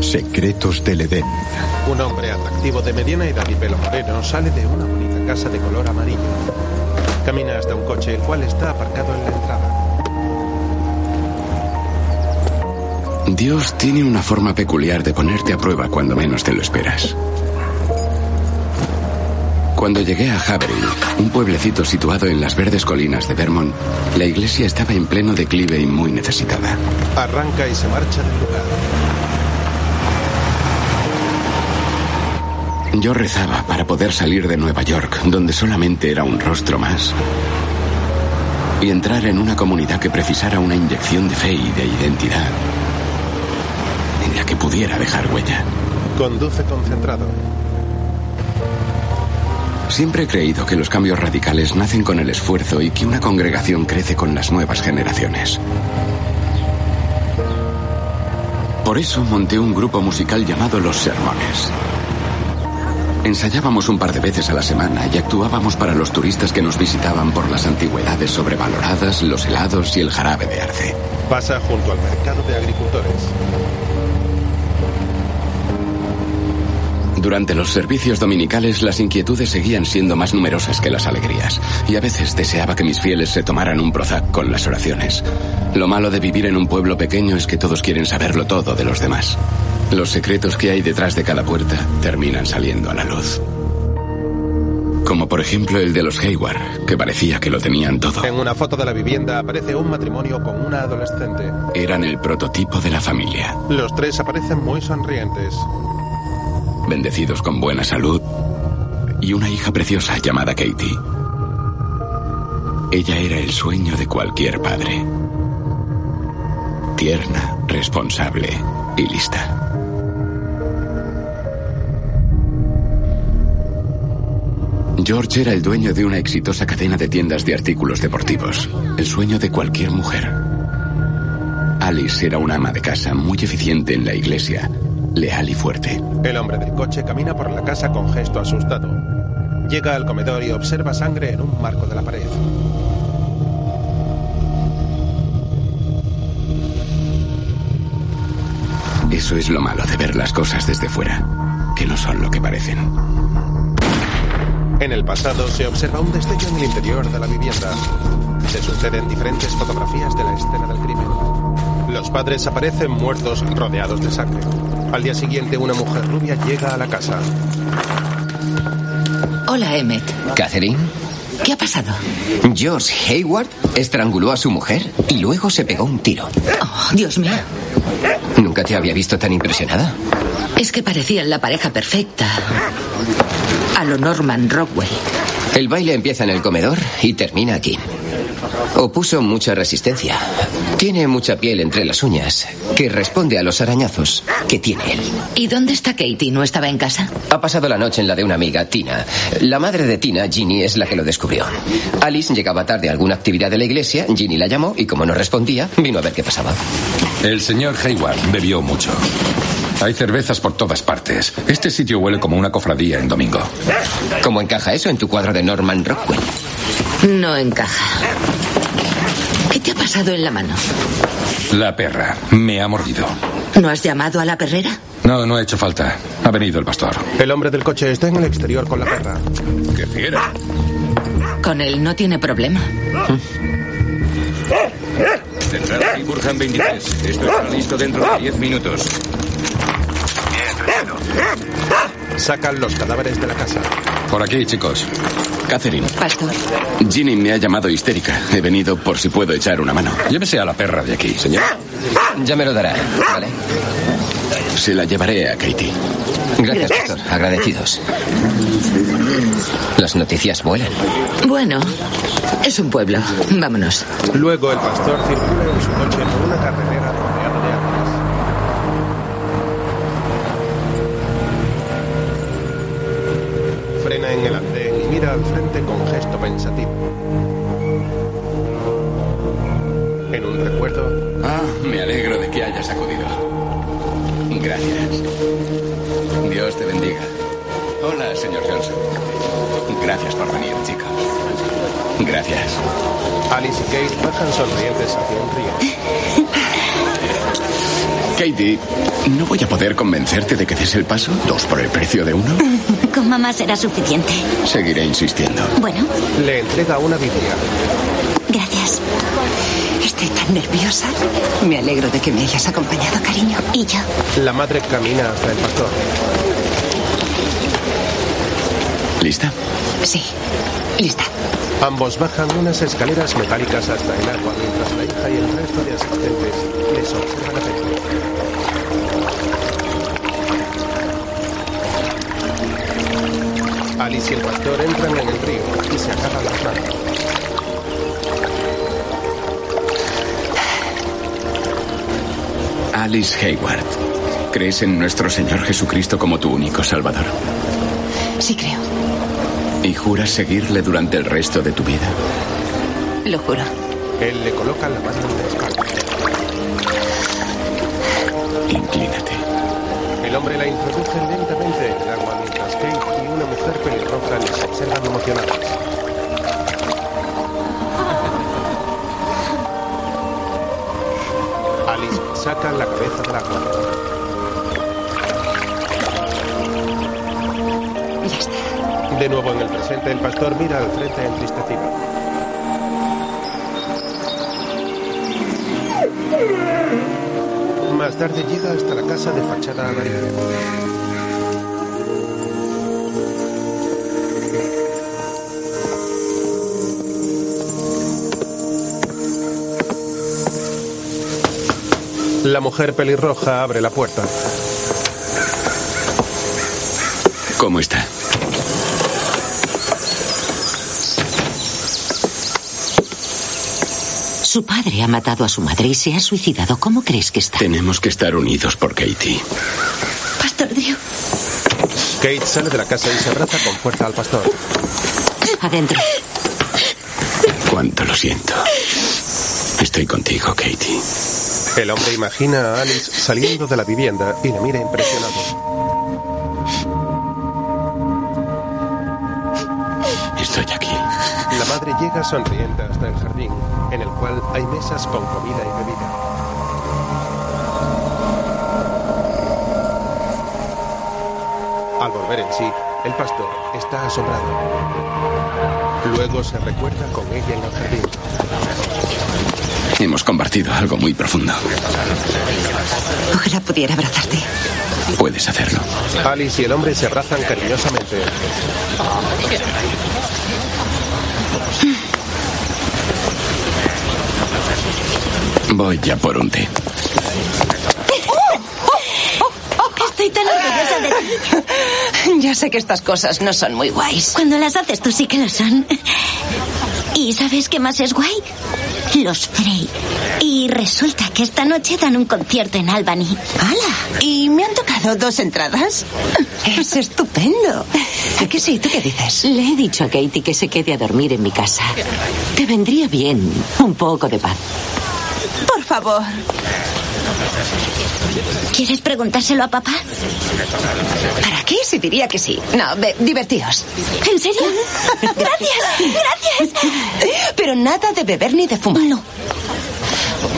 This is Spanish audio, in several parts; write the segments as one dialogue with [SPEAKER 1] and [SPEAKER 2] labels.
[SPEAKER 1] Secretos del Edén.
[SPEAKER 2] Un hombre atractivo de mediana edad y pelo moreno sale de una bonita casa de color amarillo. Camina hasta un coche, el cual está aparcado en la entrada.
[SPEAKER 3] Dios tiene una forma peculiar de ponerte a prueba cuando menos te lo esperas. Cuando llegué a Havering, un pueblecito situado en las verdes colinas de Vermont, la iglesia estaba en pleno declive y muy necesitada.
[SPEAKER 2] Arranca y se marcha del lugar.
[SPEAKER 3] Yo rezaba para poder salir de Nueva York, donde solamente era un rostro más, y entrar en una comunidad que precisara una inyección de fe y de identidad, en la que pudiera dejar huella.
[SPEAKER 2] Conduce concentrado.
[SPEAKER 3] Siempre he creído que los cambios radicales nacen con el esfuerzo y que una congregación crece con las nuevas generaciones. Por eso monté un grupo musical llamado Los Sermones. Ensayábamos un par de veces a la semana y actuábamos para los turistas que nos visitaban por las antigüedades sobrevaloradas, los helados y el jarabe de arce.
[SPEAKER 2] Pasa junto al mercado de agricultores.
[SPEAKER 3] Durante los servicios dominicales las inquietudes seguían siendo más numerosas que las alegrías, y a veces deseaba que mis fieles se tomaran un Prozac con las oraciones. Lo malo de vivir en un pueblo pequeño es que todos quieren saberlo todo de los demás. Los secretos que hay detrás de cada puerta terminan saliendo a la luz. Como por ejemplo el de los Hayward, que parecía que lo tenían todo.
[SPEAKER 2] En una foto de la vivienda aparece un matrimonio con una adolescente.
[SPEAKER 3] Eran el prototipo de la familia,
[SPEAKER 2] Los tres aparecen muy sonrientes.
[SPEAKER 3] bendecidos con buena salud y una hija preciosa llamada Katie. Ella era el sueño de cualquier padre. Tierna, responsable y lista. George era el dueño de una exitosa cadena de tiendas de artículos deportivos, el sueño de cualquier mujer. Alice era una ama de casa muy eficiente en la iglesia, leal y fuerte.
[SPEAKER 2] El hombre del coche camina por la casa con gesto asustado. Llega al comedor y observa sangre en un marco de la pared.
[SPEAKER 3] Eso es lo malo de ver las cosas desde fuera, que no son lo que parecen.
[SPEAKER 2] En el pasado se observa un destello en el interior de la vivienda. Se suceden diferentes fotografías de la escena del crimen. Los padres aparecen muertos rodeados de sangre. Al día siguiente una mujer rubia llega a la casa.
[SPEAKER 4] Hola, Emmet.
[SPEAKER 5] Catherine,
[SPEAKER 4] ¿Qué ha pasado?
[SPEAKER 5] George Hayward estranguló a su mujer y luego se pegó un tiro.
[SPEAKER 4] Oh, Dios mío.
[SPEAKER 5] Nunca te había visto tan impresionada.
[SPEAKER 4] Es que parecían la pareja perfecta. A lo Norman Rockwell.
[SPEAKER 5] El baile empieza en el comedor y termina aquí. Opuso mucha resistencia. Tiene mucha piel entre las uñas, que responde a los arañazos que tiene él.
[SPEAKER 4] ¿Y dónde está Katie? ¿No estaba en casa?
[SPEAKER 5] Ha pasado la noche en la de una amiga, Tina. La madre de Tina, Ginny, es la que lo descubrió. Alice llegaba tarde a alguna actividad de la iglesia, Ginny la llamó y como no respondía, vino a ver qué pasaba.
[SPEAKER 6] El señor Hayward bebió mucho. Hay cervezas por todas partes. Este sitio huele como una cofradía en domingo.
[SPEAKER 5] ¿Cómo encaja eso en tu cuadro de Norman Rockwell?
[SPEAKER 4] No encaja. ¿Qué te ha pasado en la mano?
[SPEAKER 6] La perra me ha mordido.
[SPEAKER 4] ¿No has llamado a la perrera?
[SPEAKER 6] No, no ha hecho falta. Ha venido el pastor.
[SPEAKER 2] El hombre del coche está en el exterior con la perra.
[SPEAKER 6] ¿Qué fiera?
[SPEAKER 4] Con él no tiene problema.
[SPEAKER 7] Central y Burham 23. Esto está listo dentro de 10 minutos.
[SPEAKER 2] Sacan los cadáveres de la casa.
[SPEAKER 6] Por aquí, chicos.
[SPEAKER 3] Catherine,
[SPEAKER 4] Pastor,
[SPEAKER 3] Ginny me ha llamado histérica. He venido por si puedo echar una mano.
[SPEAKER 6] Llévese a la perra de aquí, señor.
[SPEAKER 5] Ya me lo dará, ¿vale?
[SPEAKER 3] Se la llevaré a Katie.
[SPEAKER 5] Gracias, pastor. Agradecidos. Las noticias vuelan.
[SPEAKER 4] bueno, es un pueblo. Vámonos.
[SPEAKER 2] Luego el pastor circula en su coche por una carretera rodeada de árboles. Frena en el andén y mira al frente con gesto pensativo. En un recuerdo,
[SPEAKER 3] Ah, me alegro de que hayas acudido. Gracias. Dios te bendiga. Hola, señor Johnson. Gracias por venir, chicos. Gracias.
[SPEAKER 2] Alice y Kate bajan sonrientes hacia un río.
[SPEAKER 3] Katie, ¿No voy a poder convencerte de que des el paso? ¿Dos por el precio de uno?
[SPEAKER 1] Con mamá será suficiente.
[SPEAKER 3] Seguiré insistiendo.
[SPEAKER 1] Bueno,
[SPEAKER 2] Le entrega una Biblia.
[SPEAKER 1] gracias.
[SPEAKER 4] Estoy tan nerviosa. Me alegro de que me hayas acompañado, cariño.
[SPEAKER 1] Y yo,
[SPEAKER 2] La madre camina hasta el pastor.
[SPEAKER 3] ¿Lista?
[SPEAKER 4] Sí. Lista.
[SPEAKER 2] Ambos bajan unas escaleras metálicas hasta el agua mientras la hija y el resto de asistentes les observan atentos. Alice y el pastor entran en el río y se agarran las manos.
[SPEAKER 3] Alice Hayward. ¿Crees en nuestro Señor Jesucristo como tu único Salvador?
[SPEAKER 4] Sí creo.
[SPEAKER 3] ¿Y juras seguirle durante el resto de tu vida?
[SPEAKER 4] Lo juro.
[SPEAKER 2] Él le coloca la mano en la espalda.
[SPEAKER 3] Inclínate.
[SPEAKER 2] El hombre la introduce lentamente en el agua mientras Kate y una mujer pelirroja les observan emocionadas. Alice saca la cabeza del agua.
[SPEAKER 4] Ya está.
[SPEAKER 2] De nuevo en el presente, el pastor mira al frente entristecido. Más tarde llega hasta la casa de fachada amarilla. La mujer pelirroja abre la puerta.
[SPEAKER 3] ¿Cómo está?
[SPEAKER 4] Su padre ha matado a su madre y se ha suicidado. ¿Cómo crees que está?
[SPEAKER 3] Tenemos que estar unidos por Katie.
[SPEAKER 1] Pastor Drew.
[SPEAKER 2] Kate sale de la casa y se abraza con fuerza al pastor.
[SPEAKER 4] Adentro.
[SPEAKER 3] Cuánto lo siento. Estoy contigo, Katie.
[SPEAKER 2] El hombre imagina a Alice saliendo de la vivienda y la mira impresionado.
[SPEAKER 3] Estoy aquí.
[SPEAKER 2] La madre llega sonriente hasta el jardín, en el cual hay mesas con comida y bebida. Al volver en sí, el pastor está asombrado. Luego se recuerda con ella en el jardín.
[SPEAKER 3] Hemos compartido algo muy profundo.
[SPEAKER 4] Ojalá pudiera abrazarte.
[SPEAKER 3] Puedes hacerlo.
[SPEAKER 2] Alice y el hombre se abrazan cariñosamente.
[SPEAKER 3] Voy ya por un té.
[SPEAKER 1] Estoy tan orgullosa de ti.
[SPEAKER 4] Ya sé que estas cosas no son muy guays.
[SPEAKER 1] Cuando las haces tú sí que lo son. ¿Y sabes qué más es guay? Los Frey. Y resulta que esta noche dan un concierto en Albany.
[SPEAKER 4] ¡Hala! ¿Y me han tocado dos entradas? Es estupendo. ¿A qué sí? ¿Tú qué dices?
[SPEAKER 8] Le he dicho a Katie que se quede a dormir en mi casa. Te vendría bien un poco de paz.
[SPEAKER 4] Por favor.
[SPEAKER 1] ¿Quieres preguntárselo a papá?
[SPEAKER 4] ¿Para qué? Si diría que sí. No, ve, divertíos.
[SPEAKER 1] ¿En serio? Gracias, gracias.
[SPEAKER 4] Pero nada de beber ni de fumar. No.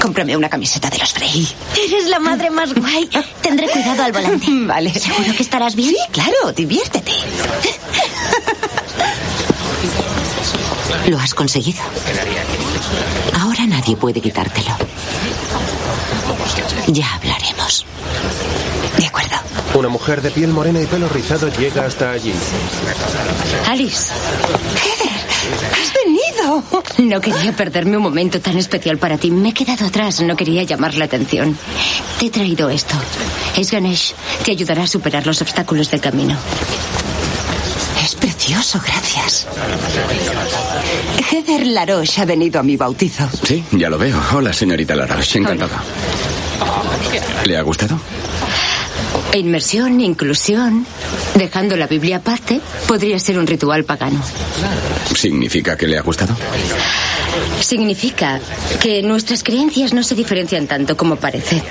[SPEAKER 4] Cómprame una camiseta de los Grey.
[SPEAKER 1] Eres la madre más guay. Tendré cuidado al volante.
[SPEAKER 4] Vale.
[SPEAKER 1] ¿Seguro que estarás bien?
[SPEAKER 4] Sí, claro, diviértete.
[SPEAKER 8] Lo has conseguido. Ahora nadie puede quitártelo. Ya hablaremos.
[SPEAKER 4] De acuerdo.
[SPEAKER 2] Una mujer de piel morena y pelo rizado llega hasta allí.
[SPEAKER 4] Alice. Heather, has venido.
[SPEAKER 8] No quería perderme un momento tan especial para ti. Me he quedado atrás. No quería llamar la atención. Te he traído esto. Es Ganesh. Te ayudará a superar los obstáculos del camino.
[SPEAKER 4] Es precioso, gracias. Heather Laroche ha venido a mi bautizo.
[SPEAKER 3] Sí, ya lo veo. Hola, señorita Laroche. Encantado. ¿Le ha gustado?
[SPEAKER 8] Inmersión, inclusión, dejando la Biblia aparte, podría ser un ritual pagano.
[SPEAKER 3] ¿Significa que le ha gustado?
[SPEAKER 8] Significa que nuestras creencias no se diferencian tanto como parece.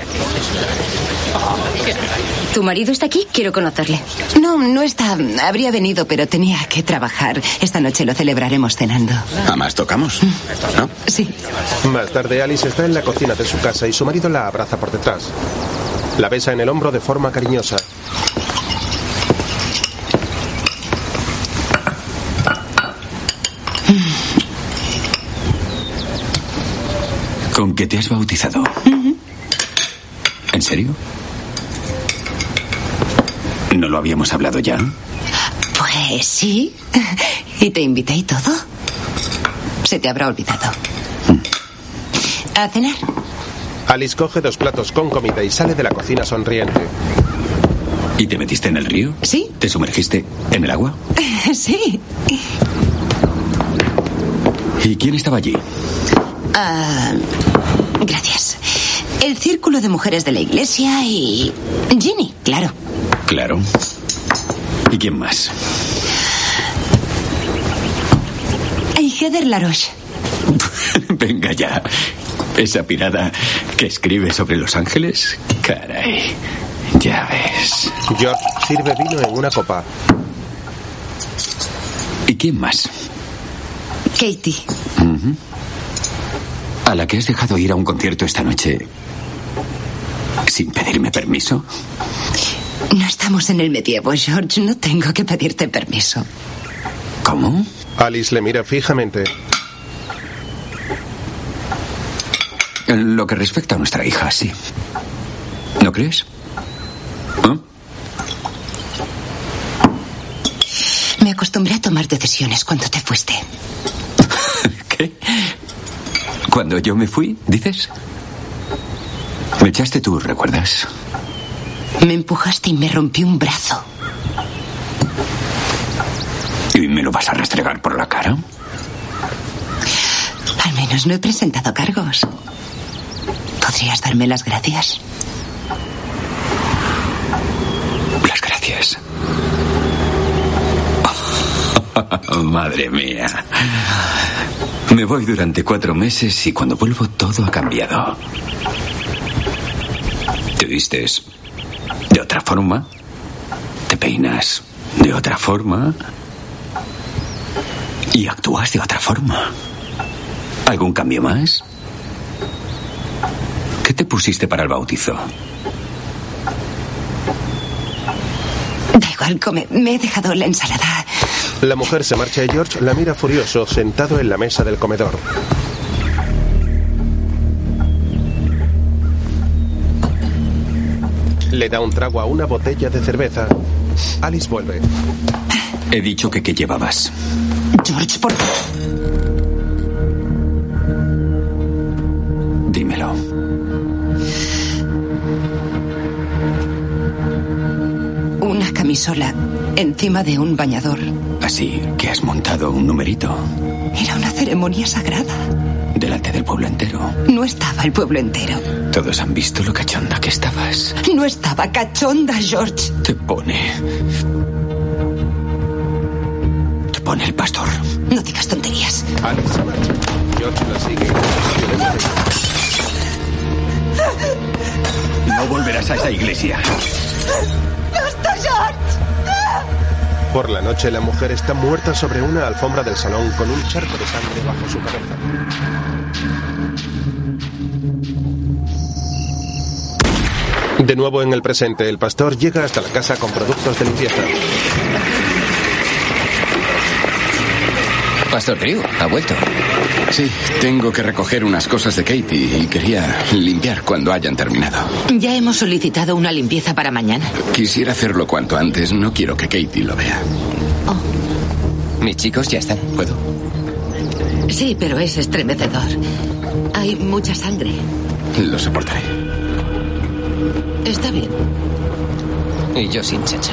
[SPEAKER 8] ¿Tu marido está aquí? Quiero conocerle.
[SPEAKER 4] No, no está. Habría venido, pero tenía que trabajar. Esta noche lo celebraremos cenando.
[SPEAKER 3] ¿A más tocamos? ¿No?
[SPEAKER 4] Mm. Sí.
[SPEAKER 2] Más tarde, Alice está en la cocina de su casa y su marido la abraza por detrás. La besa en el hombro de forma cariñosa.
[SPEAKER 9] ¿Con que te has bautizado? ¿En serio? ¿No lo habíamos hablado ya?
[SPEAKER 4] Pues sí. Y te invité y todo. Se te habrá olvidado. A cenar.
[SPEAKER 2] Alice coge dos platos con comida y sale de la cocina sonriente.
[SPEAKER 9] ¿Y te metiste en el río?
[SPEAKER 4] Sí.
[SPEAKER 9] ¿Te sumergiste en el agua?
[SPEAKER 4] Sí.
[SPEAKER 9] ¿Y quién estaba allí?
[SPEAKER 4] Ah, gracias. El círculo de mujeres de la iglesia y. Ginny, claro.
[SPEAKER 9] Claro. ¿Y quién más?
[SPEAKER 4] Y Heather Laroche.
[SPEAKER 9] Venga ya. Esa pirada que escribe sobre Los Ángeles. Caray. Ya ves.
[SPEAKER 2] George sirve vino en una copa.
[SPEAKER 9] ¿Y quién más?
[SPEAKER 4] Katie.
[SPEAKER 9] Ujú. ¿A la que has dejado ir a un concierto esta noche sin pedirme permiso?
[SPEAKER 4] No estamos en el medievo, George. No tengo que pedirte permiso.
[SPEAKER 9] ¿Cómo?
[SPEAKER 2] Alice le mira fijamente.
[SPEAKER 9] En lo que respecta a nuestra hija, sí. ¿No crees? ¿Ah?
[SPEAKER 4] Me acostumbré a tomar decisiones cuando te fuiste.
[SPEAKER 9] ¿Qué? Cuando yo me fui, dices. Me echaste tú, ¿recuerdas?
[SPEAKER 4] Me empujaste y me rompí un brazo.
[SPEAKER 9] ¿Y me lo vas a restregar por la cara?
[SPEAKER 4] Al menos no he presentado cargos. Podrías darme las gracias.
[SPEAKER 9] Las gracias. Madre mía. Me voy durante cuatro meses y cuando vuelvo todo ha cambiado. Te vistes de otra forma, te peinas de otra forma y actúas de otra forma. ¿Algún cambio más? ¿Qué te pusiste para el bautizo?
[SPEAKER 4] Da igual, come. Me he dejado la ensalada.
[SPEAKER 2] La mujer se marcha y George la mira furioso sentado en la mesa del comedor. Le da un trago a una botella de cerveza. Alice vuelve.
[SPEAKER 9] He dicho que qué llevabas.
[SPEAKER 4] George, por
[SPEAKER 9] Dímelo.
[SPEAKER 4] una camisola encima de un bañador.
[SPEAKER 9] Así que has montado un numerito
[SPEAKER 4] Era una ceremonia sagrada.
[SPEAKER 9] delante del pueblo entero.
[SPEAKER 4] No estaba el pueblo entero.
[SPEAKER 9] Todos han visto lo cachonda que estabas.
[SPEAKER 4] No estaba cachonda, George.
[SPEAKER 9] Te pone. Te pone el pastor.
[SPEAKER 4] No digas tonterías.
[SPEAKER 2] Alice se marcha. George la sigue. violentamente.
[SPEAKER 9] No volverás a esa iglesia.
[SPEAKER 2] Por la noche la mujer está muerta sobre una alfombra del salón con un charco de sangre bajo su cabeza. De nuevo en el presente, el pastor llega hasta la casa con productos de limpieza.
[SPEAKER 5] Pastor Crew, ha vuelto.
[SPEAKER 3] Sí, tengo que recoger unas cosas de Katie y quería limpiar cuando hayan terminado.
[SPEAKER 10] Ya hemos solicitado una limpieza para mañana.
[SPEAKER 3] Quisiera hacerlo cuanto antes, no quiero que Katie lo vea.
[SPEAKER 5] Mis chicos ya están.
[SPEAKER 3] ¿Puedo?
[SPEAKER 10] Sí, pero es estremecedor. Hay mucha sangre.
[SPEAKER 3] Lo soportaré.
[SPEAKER 10] Está bien.
[SPEAKER 5] Y yo sin chacha.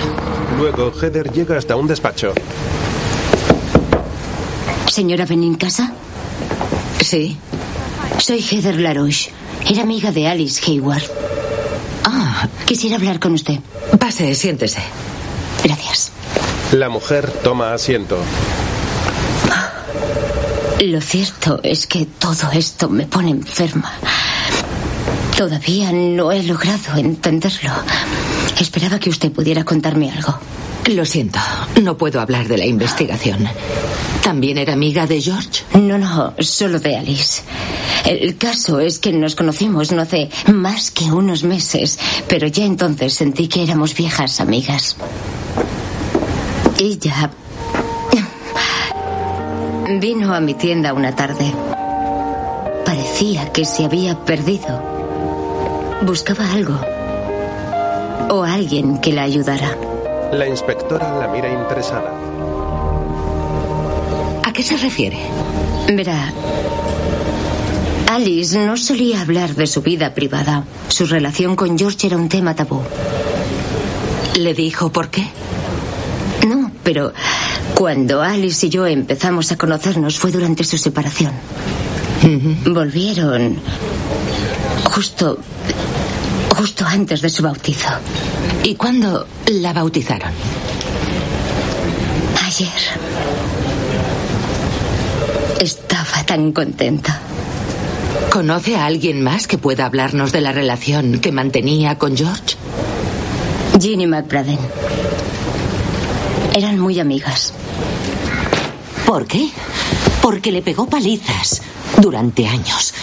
[SPEAKER 2] Luego Heather llega hasta un despacho.
[SPEAKER 8] Señora Benincasa,
[SPEAKER 10] Sí.
[SPEAKER 8] soy Heather Laroche. Era amiga de Alice Hayward.
[SPEAKER 10] Ah,
[SPEAKER 8] Quisiera hablar con usted.
[SPEAKER 10] pase, siéntese.
[SPEAKER 8] Gracias.
[SPEAKER 2] La mujer toma asiento.
[SPEAKER 8] Lo cierto es que todo esto me pone enferma. Todavía no he logrado entenderlo. Esperaba que usted pudiera contarme algo.
[SPEAKER 10] Lo siento, no puedo hablar de la investigación. ¿También era amiga de George?
[SPEAKER 11] No, no, solo de Alice. El caso es que nos conocimos no hace más que unos meses, pero ya entonces sentí que éramos viejas amigas. Ella vino a mi tienda una tarde. Parecía que se había perdido. Buscaba algo. O alguien que la ayudara.
[SPEAKER 2] La inspectora la mira interesada.
[SPEAKER 10] ¿A qué se refiere?
[SPEAKER 11] Verá, Alice no solía hablar de su vida privada. Su relación con George era un tema tabú.
[SPEAKER 10] ¿Le dijo por qué?
[SPEAKER 11] No, pero cuando Alice y yo empezamos a conocernos fue durante su separación. Volvieron justo justo antes de su bautizo.
[SPEAKER 10] ¿Y cuándo la bautizaron?
[SPEAKER 11] Ayer. Estaba tan contenta.
[SPEAKER 10] ¿Conoce a alguien más que pueda hablarnos de la relación que mantenía con George?
[SPEAKER 11] Ginny McBraden. Eran muy amigas.
[SPEAKER 12] ¿Por qué? Porque le pegó palizas durante años.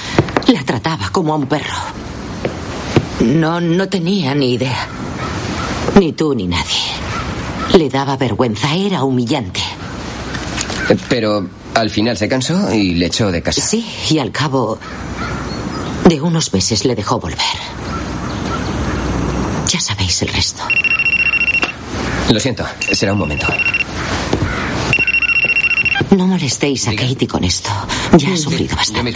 [SPEAKER 12] La trataba como a un perro.
[SPEAKER 10] No, no tenía ni idea.
[SPEAKER 12] Ni tú ni nadie. Le daba vergüenza, era humillante.
[SPEAKER 5] Eh, Pero al final se cansó y le echó de casa.
[SPEAKER 12] Sí, y al cabo de unos meses le dejó volver. Ya sabéis el resto.
[SPEAKER 5] Lo siento, será un momento.
[SPEAKER 12] No molestéis a Katie con esto. Ya ha sufrido bastante.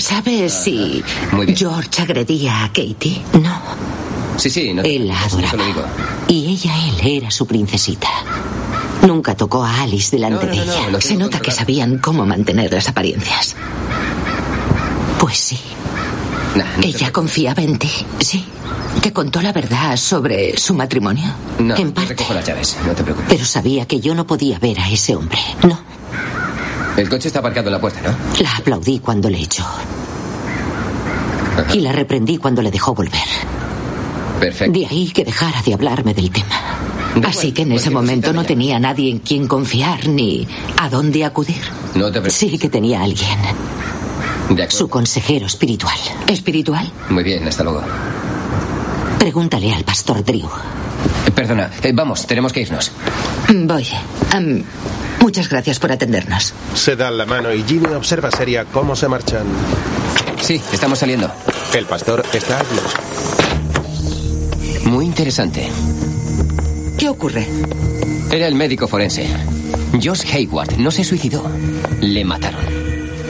[SPEAKER 10] ¿Sabes si
[SPEAKER 5] Ah,
[SPEAKER 10] George agredía a Katie?
[SPEAKER 12] No.
[SPEAKER 5] Sí, sí, no
[SPEAKER 12] Él la
[SPEAKER 5] eso
[SPEAKER 12] adoraba.
[SPEAKER 5] lo digo.
[SPEAKER 12] Y ella, él, era su princesita. Nunca tocó a Alice delante
[SPEAKER 10] No, no,
[SPEAKER 12] de
[SPEAKER 10] no,
[SPEAKER 12] ella.
[SPEAKER 10] no, lo Se tengo nota que controlado.
[SPEAKER 12] sabían cómo mantener las apariencias. Pues sí.
[SPEAKER 10] ¿Ella confiaba en ti? Sí. ¿Te contó la verdad sobre su matrimonio?
[SPEAKER 5] No,
[SPEAKER 12] En
[SPEAKER 5] yo recojo las llaves, no te preocupes.
[SPEAKER 12] Pero sabía que yo no podía ver a ese hombre. No.
[SPEAKER 5] El coche está aparcado en la puerta, ¿no?
[SPEAKER 12] La aplaudí cuando le echó. Y la reprendí cuando le dejó volver.
[SPEAKER 5] Perfecto.
[SPEAKER 12] De ahí que dejara de hablarme del tema. Así que en
[SPEAKER 5] pues
[SPEAKER 12] ese momento no tenía nadie en quien confiar ni a dónde acudir.
[SPEAKER 5] No te preocupes.
[SPEAKER 12] Sí que tenía a alguien.
[SPEAKER 5] De acuerdo.
[SPEAKER 12] Su consejero espiritual.
[SPEAKER 10] ¿Espiritual?
[SPEAKER 5] Muy bien, hasta luego.
[SPEAKER 12] Pregúntale al pastor Drew.
[SPEAKER 5] Eh, Perdona, eh, vamos, tenemos que irnos.
[SPEAKER 12] Mm,
[SPEAKER 10] Voy. Am, muchas gracias por atendernos.
[SPEAKER 2] Se dan la mano y Ginny observa seria cómo se marchan.
[SPEAKER 5] Sí, estamos saliendo.
[SPEAKER 2] El pastor está aislado.
[SPEAKER 5] Muy interesante.
[SPEAKER 10] ¿Qué ocurre?
[SPEAKER 5] Era el médico forense. Josh Hayward no se suicidó. Le mataron.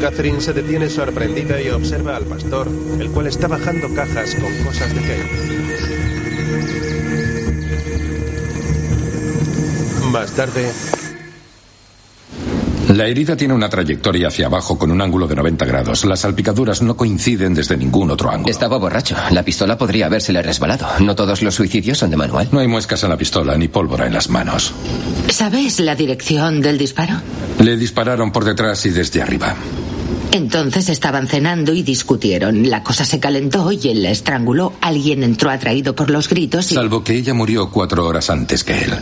[SPEAKER 2] Catherine se detiene sorprendida y observa al pastor, el cual está bajando cajas con cosas de Kate. Más tarde,
[SPEAKER 6] La herida tiene una trayectoria hacia abajo con un ángulo de 90 grados. Las salpicaduras no coinciden desde ningún otro ángulo.
[SPEAKER 5] Estaba borracho. La pistola podría habérsele resbalado. No todos los suicidios son de manual.
[SPEAKER 6] No hay muescas en la pistola ni pólvora en las manos.
[SPEAKER 10] ¿Sabes la dirección del disparo?
[SPEAKER 6] Le dispararon por detrás y desde arriba.
[SPEAKER 10] Entonces estaban cenando y discutieron. La cosa se calentó y él la estranguló. Alguien entró atraído por los gritos y...
[SPEAKER 6] Salvo que ella murió cuatro horas antes que él.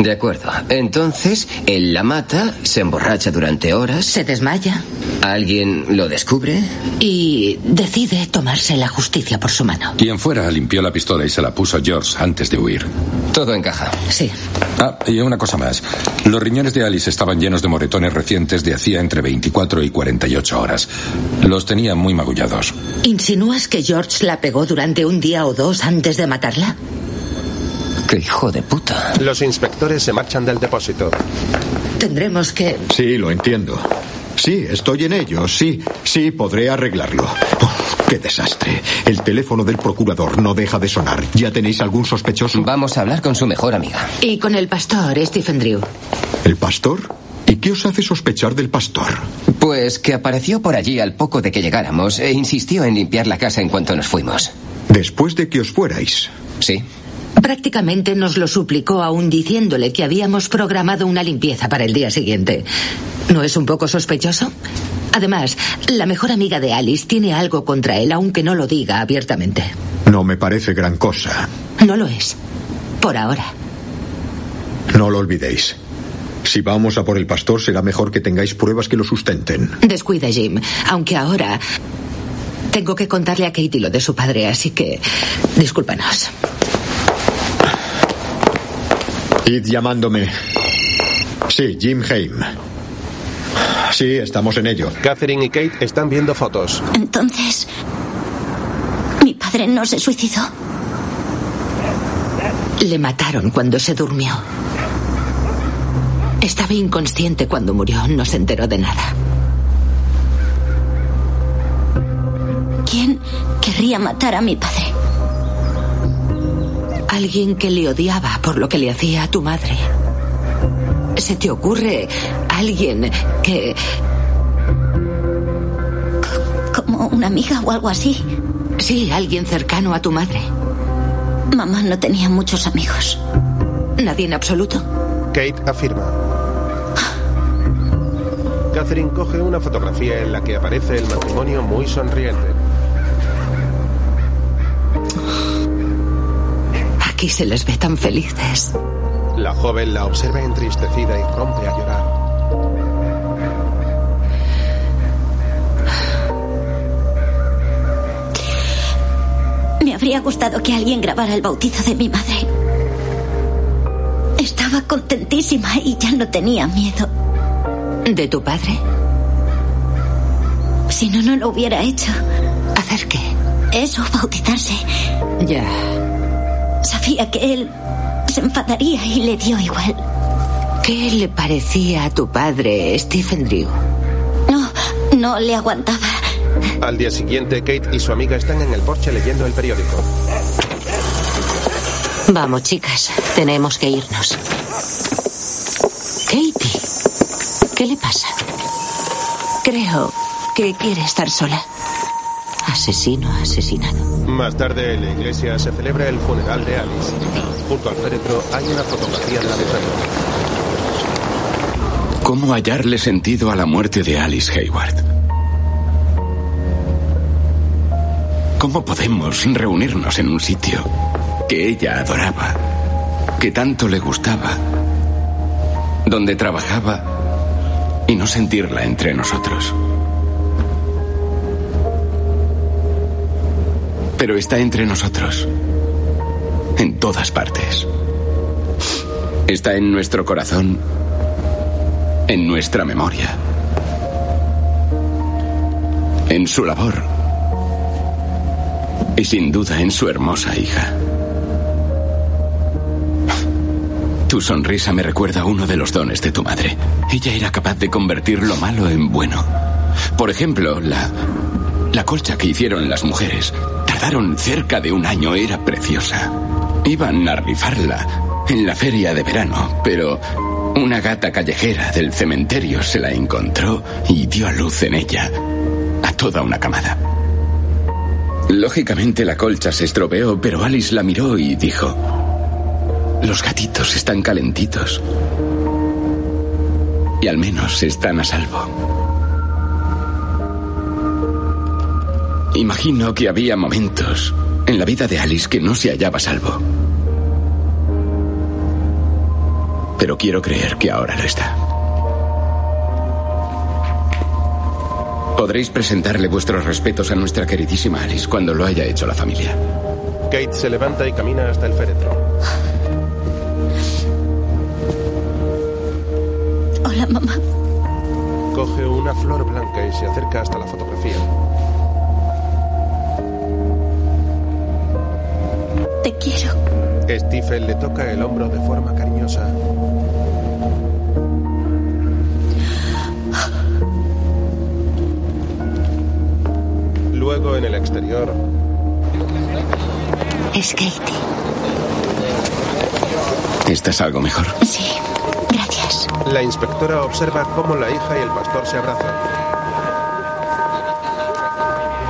[SPEAKER 5] De acuerdo. Entonces, él la mata, se emborracha durante horas.
[SPEAKER 10] Se desmaya.
[SPEAKER 5] ¿Alguien lo descubre?
[SPEAKER 10] Y decide tomarse la justicia por su mano.
[SPEAKER 6] Quien fuera limpió la pistola y se la puso a George antes de huir.
[SPEAKER 5] Todo encaja.
[SPEAKER 10] Sí.
[SPEAKER 6] Ah, y una cosa más. Los riñones de Alice estaban llenos de moretones recientes de hacía entre 24 y 48 horas. Los tenía muy magullados.
[SPEAKER 10] ¿Insinúas que George la pegó durante un día o dos antes de matarla?
[SPEAKER 5] ¡Qué hijo de puta!
[SPEAKER 2] los inspectores se marchan del depósito.
[SPEAKER 10] Tendremos que...
[SPEAKER 13] Sí, lo entiendo. Sí, estoy en ello. Sí, sí, podré arreglarlo. Oh, ¡Qué desastre! El teléfono del procurador no deja de sonar. ¿Ya tenéis algún sospechoso?
[SPEAKER 5] Vamos a hablar con su mejor amiga.
[SPEAKER 10] Y con el pastor, Stephen Drew.
[SPEAKER 13] ¿El pastor? ¿Y qué os hace sospechar del pastor?
[SPEAKER 5] Pues que apareció por allí al poco de que llegáramos e insistió en limpiar la casa en cuanto nos fuimos.
[SPEAKER 13] Después de que os fuerais.
[SPEAKER 5] Sí.
[SPEAKER 10] Prácticamente nos lo suplicó aún diciéndole que habíamos programado una limpieza para el día siguiente. ¿No es un poco sospechoso? Además, la mejor amiga de Alice tiene algo contra él, aunque no lo diga abiertamente.
[SPEAKER 13] No me parece gran cosa.
[SPEAKER 10] No lo es. Por ahora.
[SPEAKER 13] No lo olvidéis. Si vamos a por el pastor, será mejor que tengáis pruebas que lo sustenten.
[SPEAKER 10] Descuida, Jim. Aunque ahora tengo que contarle a Katie lo de su padre, así que discúlpanos.
[SPEAKER 13] Id llamándome. Sí, Jim Haim. Sí, estamos en ello.
[SPEAKER 2] Catherine y Kate están viendo fotos.
[SPEAKER 1] Entonces, mi padre no se suicidó.
[SPEAKER 10] Le mataron cuando se durmió. Estaba inconsciente cuando murió, no se enteró de nada.
[SPEAKER 1] ¿Quién querría matar a mi padre?
[SPEAKER 10] Alguien que le odiaba por lo que le hacía a tu madre. ¿Se te ocurre alguien que...
[SPEAKER 1] ¿Como una amiga o algo así?
[SPEAKER 10] Sí, alguien cercano a tu madre.
[SPEAKER 1] Mamá no tenía muchos amigos.
[SPEAKER 10] Nadie en absoluto.
[SPEAKER 2] Kate afirma. Catherine coge una fotografía en la que aparece el matrimonio muy sonriente.
[SPEAKER 10] Aquí se les ve tan felices.
[SPEAKER 2] La joven la observa entristecida y rompe a llorar.
[SPEAKER 1] Me habría gustado que alguien grabara el bautizo de mi madre. Estaba contentísima y ya no tenía miedo.
[SPEAKER 10] ¿De tu padre?
[SPEAKER 1] Si no, no lo hubiera hecho.
[SPEAKER 10] ¿Hacer qué?
[SPEAKER 1] Eso, bautizarse.
[SPEAKER 10] Ya.
[SPEAKER 1] Sabía que él se enfadaría y le dio igual.
[SPEAKER 10] ¿Qué le parecía a tu padre, Stephen Drew?
[SPEAKER 1] No, no le aguantaba.
[SPEAKER 2] Al día siguiente, Kate y su amiga están en el porche leyendo el periódico.
[SPEAKER 14] Vamos, chicas, tenemos que irnos. Katie, ¿qué le pasa?
[SPEAKER 15] Creo que quiere estar sola.
[SPEAKER 14] Asesino, asesinado.
[SPEAKER 2] Más tarde en la iglesia se celebra el funeral de Alice. Junto al féretro hay una fotografía de la mujer.
[SPEAKER 3] ¿Cómo hallarle sentido a la muerte de Alice Hayward? ¿Cómo podemos reunirnos en un sitio que ella adoraba, que tanto le gustaba, donde trabajaba y no sentirla entre nosotros? Pero está entre nosotros, en todas partes. Está en nuestro corazón, en nuestra memoria, en su labor y sin duda en su hermosa hija. Tu sonrisa me recuerda uno de los dones de tu madre. Ella era capaz de convertir lo malo en bueno. Por ejemplo, la la colcha que hicieron las mujeres. Tardaron cerca de un año, era preciosa. Iban a rifarla en la feria de verano, pero una gata callejera del cementerio se la encontró y dio a luz en ella a toda una camada. Lógicamente la colcha se estropeó, pero Alice la miró y dijo, los gatitos están calentitos. Y al menos están a salvo. Imagino que había momentos en la vida de Alice que no se hallaba a salvo. Pero quiero creer que ahora lo está. Podréis presentarle vuestros respetos a nuestra queridísima Alice cuando lo haya hecho la familia.
[SPEAKER 2] Kate se levanta y camina hasta el féretro.
[SPEAKER 1] Hola, mamá.
[SPEAKER 2] Coge una flor blanca y se acerca hasta la fotografía.
[SPEAKER 1] Te quiero.
[SPEAKER 2] Stephen le toca el hombro de forma cariñosa. Luego en el exterior,
[SPEAKER 15] Es Katie.
[SPEAKER 3] ¿Estás algo mejor?
[SPEAKER 15] Sí, gracias.
[SPEAKER 2] la inspectora observa cómo la hija y el pastor se abrazan.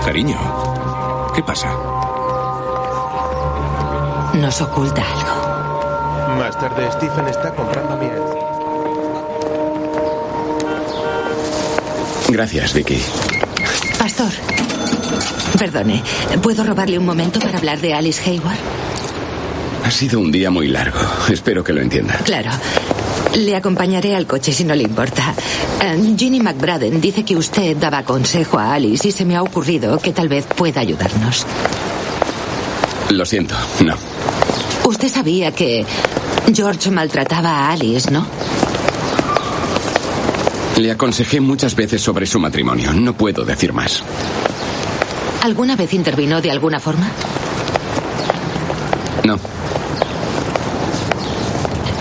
[SPEAKER 9] Cariño, ¿qué pasa?
[SPEAKER 10] Nos oculta algo.
[SPEAKER 2] Más tarde, Stephen está comprando miel.
[SPEAKER 3] Gracias, Vicky.
[SPEAKER 10] Pastor, perdone, ¿puedo robarle un momento para hablar de Alice Hayward?
[SPEAKER 3] Ha sido un día muy largo. Espero que lo entienda.
[SPEAKER 10] Claro. Le acompañaré al coche si no le importa. Eh, Ginny McBraden dice que usted daba consejo a Alice y se me ha ocurrido que tal vez pueda ayudarnos.
[SPEAKER 3] Lo siento, no.
[SPEAKER 10] Usted sabía que George maltrataba a Alice, ¿no?
[SPEAKER 3] Le aconsejé muchas veces sobre su matrimonio. No puedo decir más.
[SPEAKER 10] ¿Alguna vez intervino de alguna forma?
[SPEAKER 3] No.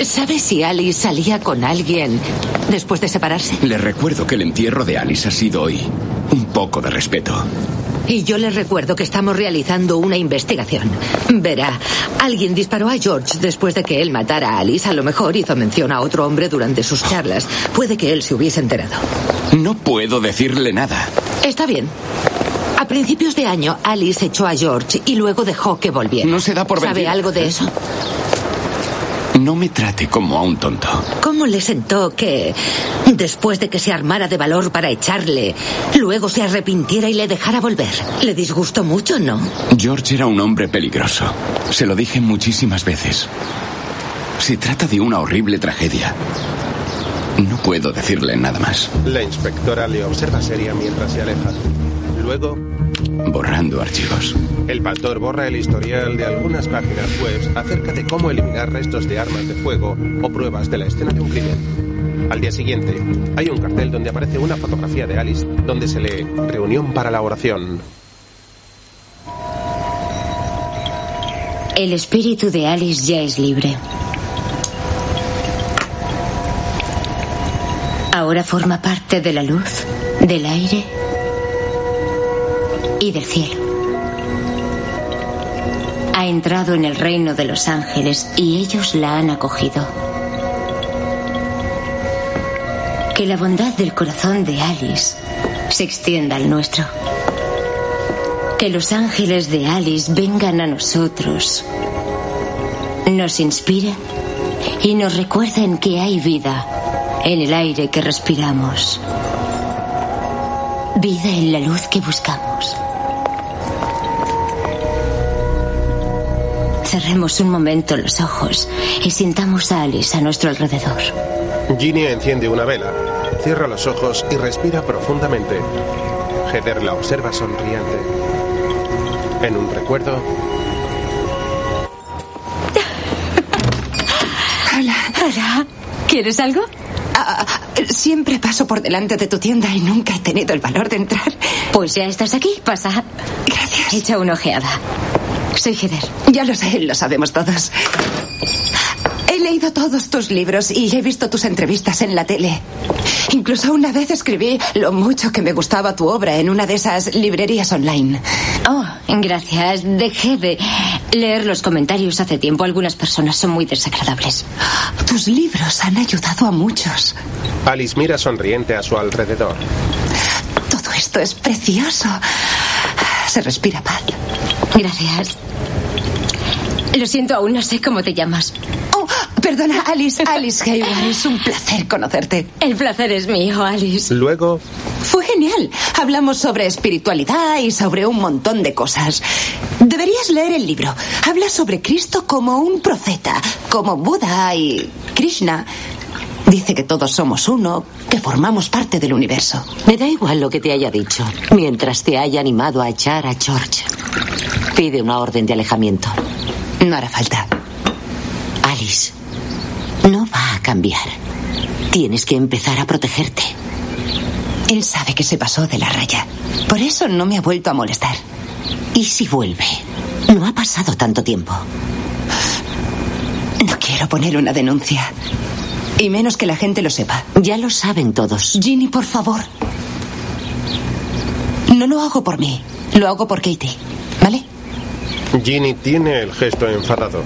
[SPEAKER 10] ¿Sabe si Alice salía con alguien después de separarse?
[SPEAKER 3] Le recuerdo que el entierro de Alice ha sido hoy. Un poco de respeto.
[SPEAKER 10] Y yo les recuerdo que estamos realizando una investigación. Verá, alguien disparó a George después de que él matara a Alice. A lo mejor hizo mención a otro hombre durante sus charlas. Puede que él se hubiese enterado.
[SPEAKER 3] No puedo decirle nada.
[SPEAKER 10] Está bien. A principios de año, Alice echó a George y luego dejó que volviera.
[SPEAKER 3] No se da por
[SPEAKER 10] ¿Sabe
[SPEAKER 3] vencida.
[SPEAKER 10] algo de eso?
[SPEAKER 3] No me trate como a un tonto.
[SPEAKER 10] ¿Cómo le sentó que, después de que se armara de valor para echarle, luego se arrepintiera y le dejara volver? Le disgustó mucho, ¿no?
[SPEAKER 3] George era un hombre peligroso. Se lo dije muchísimas veces. Se trata de una horrible tragedia. No puedo decirle nada más.
[SPEAKER 2] La inspectora le observa seria mientras se aleja. Luego,
[SPEAKER 3] Borrando archivos.
[SPEAKER 2] el pastor borra el historial de algunas páginas web acerca de cómo eliminar restos de armas de fuego o pruebas de la escena de un crimen. Al día siguiente, hay un cartel donde aparece una fotografía de Alice donde se lee Reunión para la oración.
[SPEAKER 11] El espíritu de Alice ya es libre. Ahora forma parte de la luz, del aire y del cielo. Ha entrado en el reino de los ángeles y ellos la han acogido. Que la bondad del corazón de Alice se extienda al nuestro. Que los ángeles de Alice vengan a nosotros, nos inspiren y nos recuerden que hay vida en el aire que respiramos. Vida en la luz que buscamos. Cerremos un momento los ojos y sintamos a Alice a nuestro alrededor.
[SPEAKER 2] Ginny enciende una vela, cierra los ojos y respira profundamente. Heather la observa sonriente. En un recuerdo,
[SPEAKER 4] Hola. Hola. ¿Quieres algo? siempre paso por delante de tu tienda y nunca he tenido el valor de entrar.
[SPEAKER 11] Pues ya estás aquí. Pasa. Gracias. Echa una ojeada. Soy Heather.
[SPEAKER 4] Ya lo sé, lo sabemos todos. He leído todos tus libros y he visto tus entrevistas en la tele. Incluso una vez escribí lo mucho que me gustaba tu obra en una de esas librerías online.
[SPEAKER 11] Oh, gracias. Dejé de leer los comentarios hace tiempo. Algunas personas son muy desagradables.
[SPEAKER 4] Tus libros han ayudado a muchos.
[SPEAKER 2] Alice mira sonriente a su alrededor.
[SPEAKER 4] Todo esto es precioso. Se respira paz.
[SPEAKER 11] Gracias. Lo siento, aún no sé cómo te llamas.
[SPEAKER 4] Oh, perdona, Alice. Alice Hayward, es un placer conocerte.
[SPEAKER 11] El placer es mío, Alice.
[SPEAKER 2] Luego,
[SPEAKER 4] Fue genial. Hablamos sobre espiritualidad y sobre un montón de cosas. Deberías leer el libro. Habla sobre Cristo como un profeta, como Buda y Krishna. Dice que todos somos uno, que formamos parte del universo.
[SPEAKER 14] Me da igual lo que te haya dicho, mientras te haya animado a echar a George. Pide una orden de alejamiento.
[SPEAKER 4] No hará falta.
[SPEAKER 14] Alice, no va a cambiar. Tienes que empezar a protegerte.
[SPEAKER 4] Él sabe que se pasó de la raya. Por eso no me ha vuelto a molestar.
[SPEAKER 14] ¿Y si vuelve? No ha pasado tanto tiempo.
[SPEAKER 4] No quiero poner una denuncia. Y menos que la gente lo sepa.
[SPEAKER 14] Ya lo saben todos.
[SPEAKER 4] Ginny, por favor. No lo hago por mí, lo hago por Katie. ¿Vale?
[SPEAKER 2] Ginny tiene el gesto enfadado.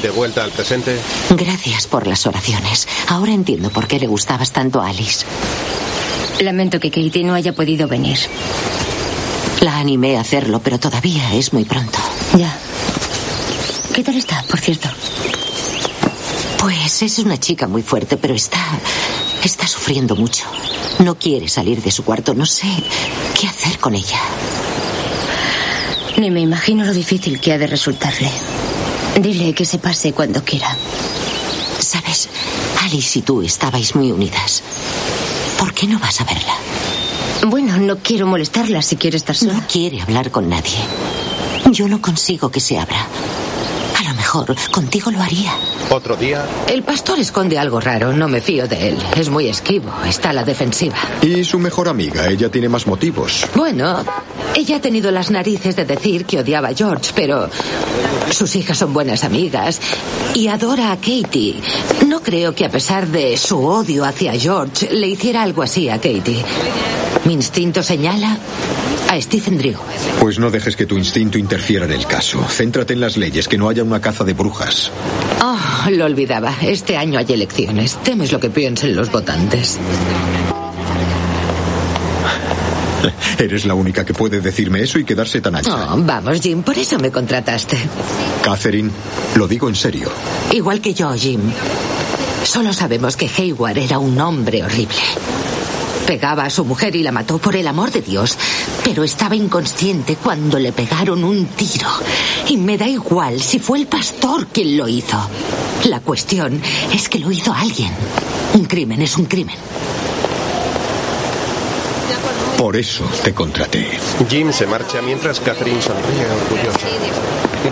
[SPEAKER 2] De vuelta al presente,
[SPEAKER 14] Gracias por las oraciones. Ahora entiendo por qué le gustabas tanto a Alice.
[SPEAKER 11] Eh, Lamento que Katie no haya podido venir.
[SPEAKER 14] La animé a hacerlo, pero todavía es muy pronto.
[SPEAKER 11] Ya. ¿Qué tal está, por cierto?
[SPEAKER 14] Pues es una chica muy fuerte, pero está. está sufriendo mucho. No quiere salir de su cuarto. No sé qué hacer con ella.
[SPEAKER 11] Ni me imagino lo difícil que ha de resultarle. Dile que se pase cuando quiera.
[SPEAKER 14] ¿Sabes? Alice y tú estabais muy unidas. ¿Por qué no vas a verla?
[SPEAKER 11] Bueno, no quiero molestarla si quiere estar sola.
[SPEAKER 14] No quiere hablar con nadie. Yo no consigo que se abra. A lo mejor contigo lo haría.
[SPEAKER 2] Otro día,
[SPEAKER 10] El pastor esconde algo raro, no me fío de él. Es muy esquivo, está a la defensiva.
[SPEAKER 13] Y su mejor amiga, ella tiene más motivos.
[SPEAKER 10] Bueno, ella ha tenido las narices de decir que odiaba a George, pero sus hijas son buenas amigas y adora a Katie. No creo que a pesar de su odio hacia George le hiciera algo así a Katie. Mi instinto señala a Stephen Drew.
[SPEAKER 13] Pues no dejes que tu instinto interfiera en el caso. Céntrate en las leyes, que no haya una caza de brujas.
[SPEAKER 10] Oh, lo olvidaba. Este año hay elecciones. Temes lo que piensen los votantes.
[SPEAKER 13] Eres la única que puede decirme eso y quedarse tan ancha.
[SPEAKER 10] Oh, vamos, Jim, por eso me contrataste.
[SPEAKER 13] Catherine, lo digo en serio.
[SPEAKER 10] Igual que yo, Jim. Solo sabemos que Hayward era un hombre horrible. Pegaba a su mujer y la mató por el amor de Dios, pero estaba inconsciente cuando le pegaron un tiro. Y me da igual si fue el pastor quien lo hizo. La cuestión es que lo hizo alguien. Un crimen es un crimen.
[SPEAKER 13] Por eso te contraté.
[SPEAKER 2] Jim se marcha mientras Catherine sonríe orgullosa.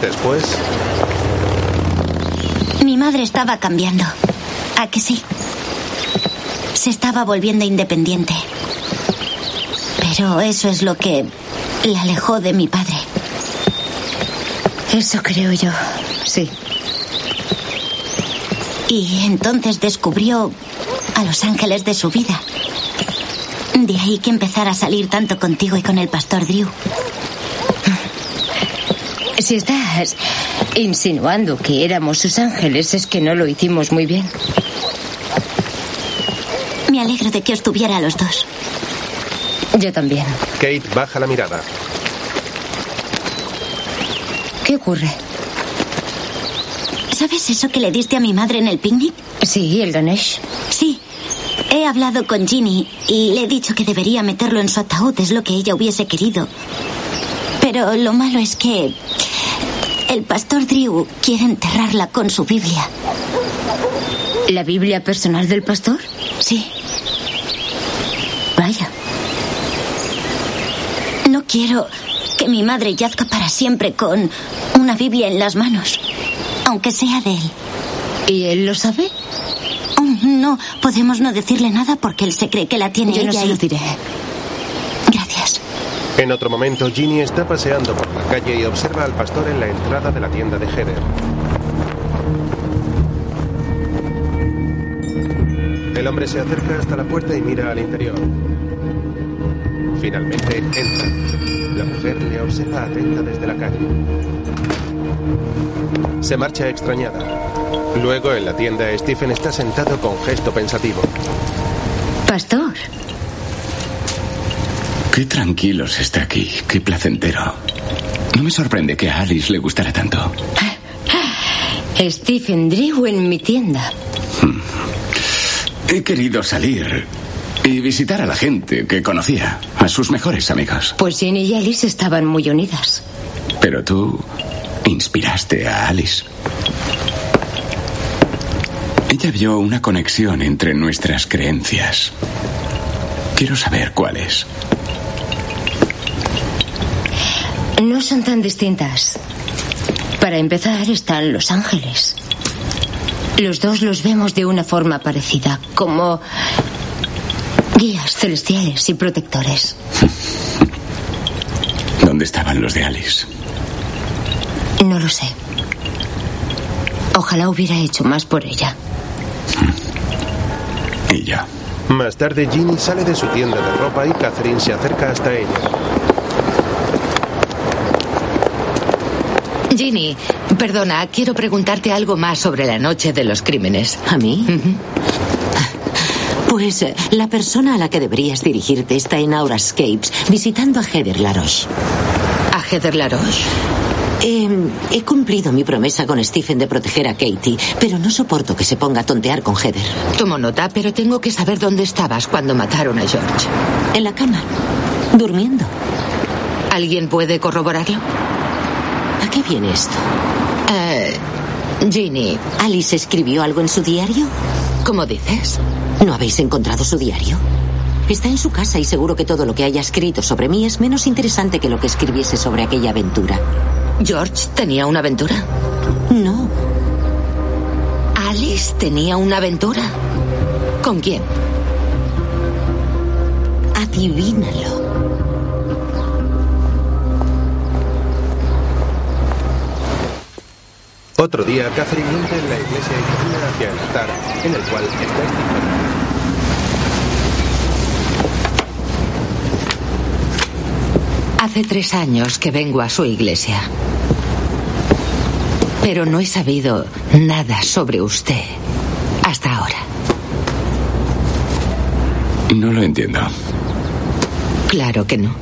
[SPEAKER 2] Después,
[SPEAKER 1] Mi madre estaba cambiando. ¿A que sí? Se estaba volviendo independiente. Pero eso es lo que la alejó de mi padre.
[SPEAKER 11] Eso creo yo, sí.
[SPEAKER 1] Y entonces descubrió a los ángeles de su vida. De ahí que empezara a salir tanto contigo y con el pastor Drew.
[SPEAKER 11] Si estás insinuando que éramos sus ángeles, es que no lo hicimos muy bien.
[SPEAKER 1] Me alegro de que os tuviera a los dos.
[SPEAKER 11] Yo también.
[SPEAKER 2] Kate baja la mirada.
[SPEAKER 11] ¿Qué ocurre?
[SPEAKER 1] ¿Sabes eso que le diste a mi madre en el picnic?
[SPEAKER 11] Sí, el Ganesh.
[SPEAKER 1] Sí. He hablado con Ginny y le he dicho que debería meterlo en su ataúd, es lo que ella hubiese querido. Pero lo malo es que el pastor Drew quiere enterrarla con su Biblia.
[SPEAKER 11] ¿La Biblia personal del pastor?
[SPEAKER 1] Sí.
[SPEAKER 11] Vaya.
[SPEAKER 1] No quiero que mi madre yazca para siempre con una Biblia en las manos, aunque sea de él.
[SPEAKER 11] ¿Y él lo sabe?
[SPEAKER 1] No, podemos no decirle nada porque él se cree que la tiene
[SPEAKER 11] Yo no
[SPEAKER 1] ella
[SPEAKER 11] se
[SPEAKER 1] y-
[SPEAKER 11] lo diré.
[SPEAKER 1] Gracias.
[SPEAKER 2] En otro momento, Ginny está paseando por la calle y observa al pastor en la entrada de la tienda de Heather. El hombre se acerca hasta la puerta y mira al interior. Finalmente entra. La mujer le observa atenta desde la calle. Se marcha extrañada. Luego en la tienda Stephen está sentado con gesto pensativo.
[SPEAKER 11] Pastor.
[SPEAKER 3] Qué tranquilos está aquí, qué placentero. No me sorprende que a Alice le gustara tanto.
[SPEAKER 11] Stephen Drew en mi tienda.
[SPEAKER 3] He querido salir y visitar a la gente que conocía, a sus mejores amigos.
[SPEAKER 11] Pues Jenny y Alice estaban muy unidas.
[SPEAKER 3] Pero tú inspiraste a Alice. Ella vio una conexión entre nuestras creencias. Quiero saber cuál es.
[SPEAKER 11] No son tan distintas. Para empezar están los ángeles. Los dos los vemos de una forma parecida, como guías celestiales y protectores.
[SPEAKER 3] ¿Dónde estaban los de Alice?
[SPEAKER 11] No lo sé. Ojalá hubiera hecho más por ella.
[SPEAKER 3] Y yo.
[SPEAKER 2] Más tarde, Ginny sale de su tienda de ropa y Catherine se acerca hasta ella.
[SPEAKER 10] Ginny, perdona, quiero preguntarte algo más sobre la noche de los crímenes.
[SPEAKER 14] ¿A mí? Pues eh, la persona a la que deberías dirigirte está en Aurascapes visitando a Heather Laroche.
[SPEAKER 10] ¿A Heather Laroche?
[SPEAKER 14] Em, he cumplido mi promesa con Stephen de proteger a Katie, pero no soporto que se ponga a tontear con Heather.
[SPEAKER 10] Tomo nota, pero tengo que saber dónde estabas cuando mataron a George.
[SPEAKER 14] En la cama, durmiendo.
[SPEAKER 10] ¿Alguien puede corroborarlo?
[SPEAKER 14] ¿A qué viene esto?
[SPEAKER 10] Eh, Ginny.
[SPEAKER 16] ¿Alice escribió algo en su diario?
[SPEAKER 10] ¿Cómo dices?
[SPEAKER 16] ¿No habéis encontrado su diario? Está en su casa y seguro que todo lo que haya escrito sobre mí es menos interesante que lo que escribiese sobre aquella aventura.
[SPEAKER 10] ¿George tenía una aventura?
[SPEAKER 16] No.
[SPEAKER 10] ¿Alice tenía una aventura? ¿Con quién?
[SPEAKER 16] Adivínalo.
[SPEAKER 2] Otro día, Catherine entra en la iglesia y camina hacia el altar, en el cual está estigmatizada.
[SPEAKER 10] Hace tres años que vengo a su iglesia. Pero no he sabido nada sobre usted hasta ahora.
[SPEAKER 3] No lo entiendo.
[SPEAKER 10] Claro que no.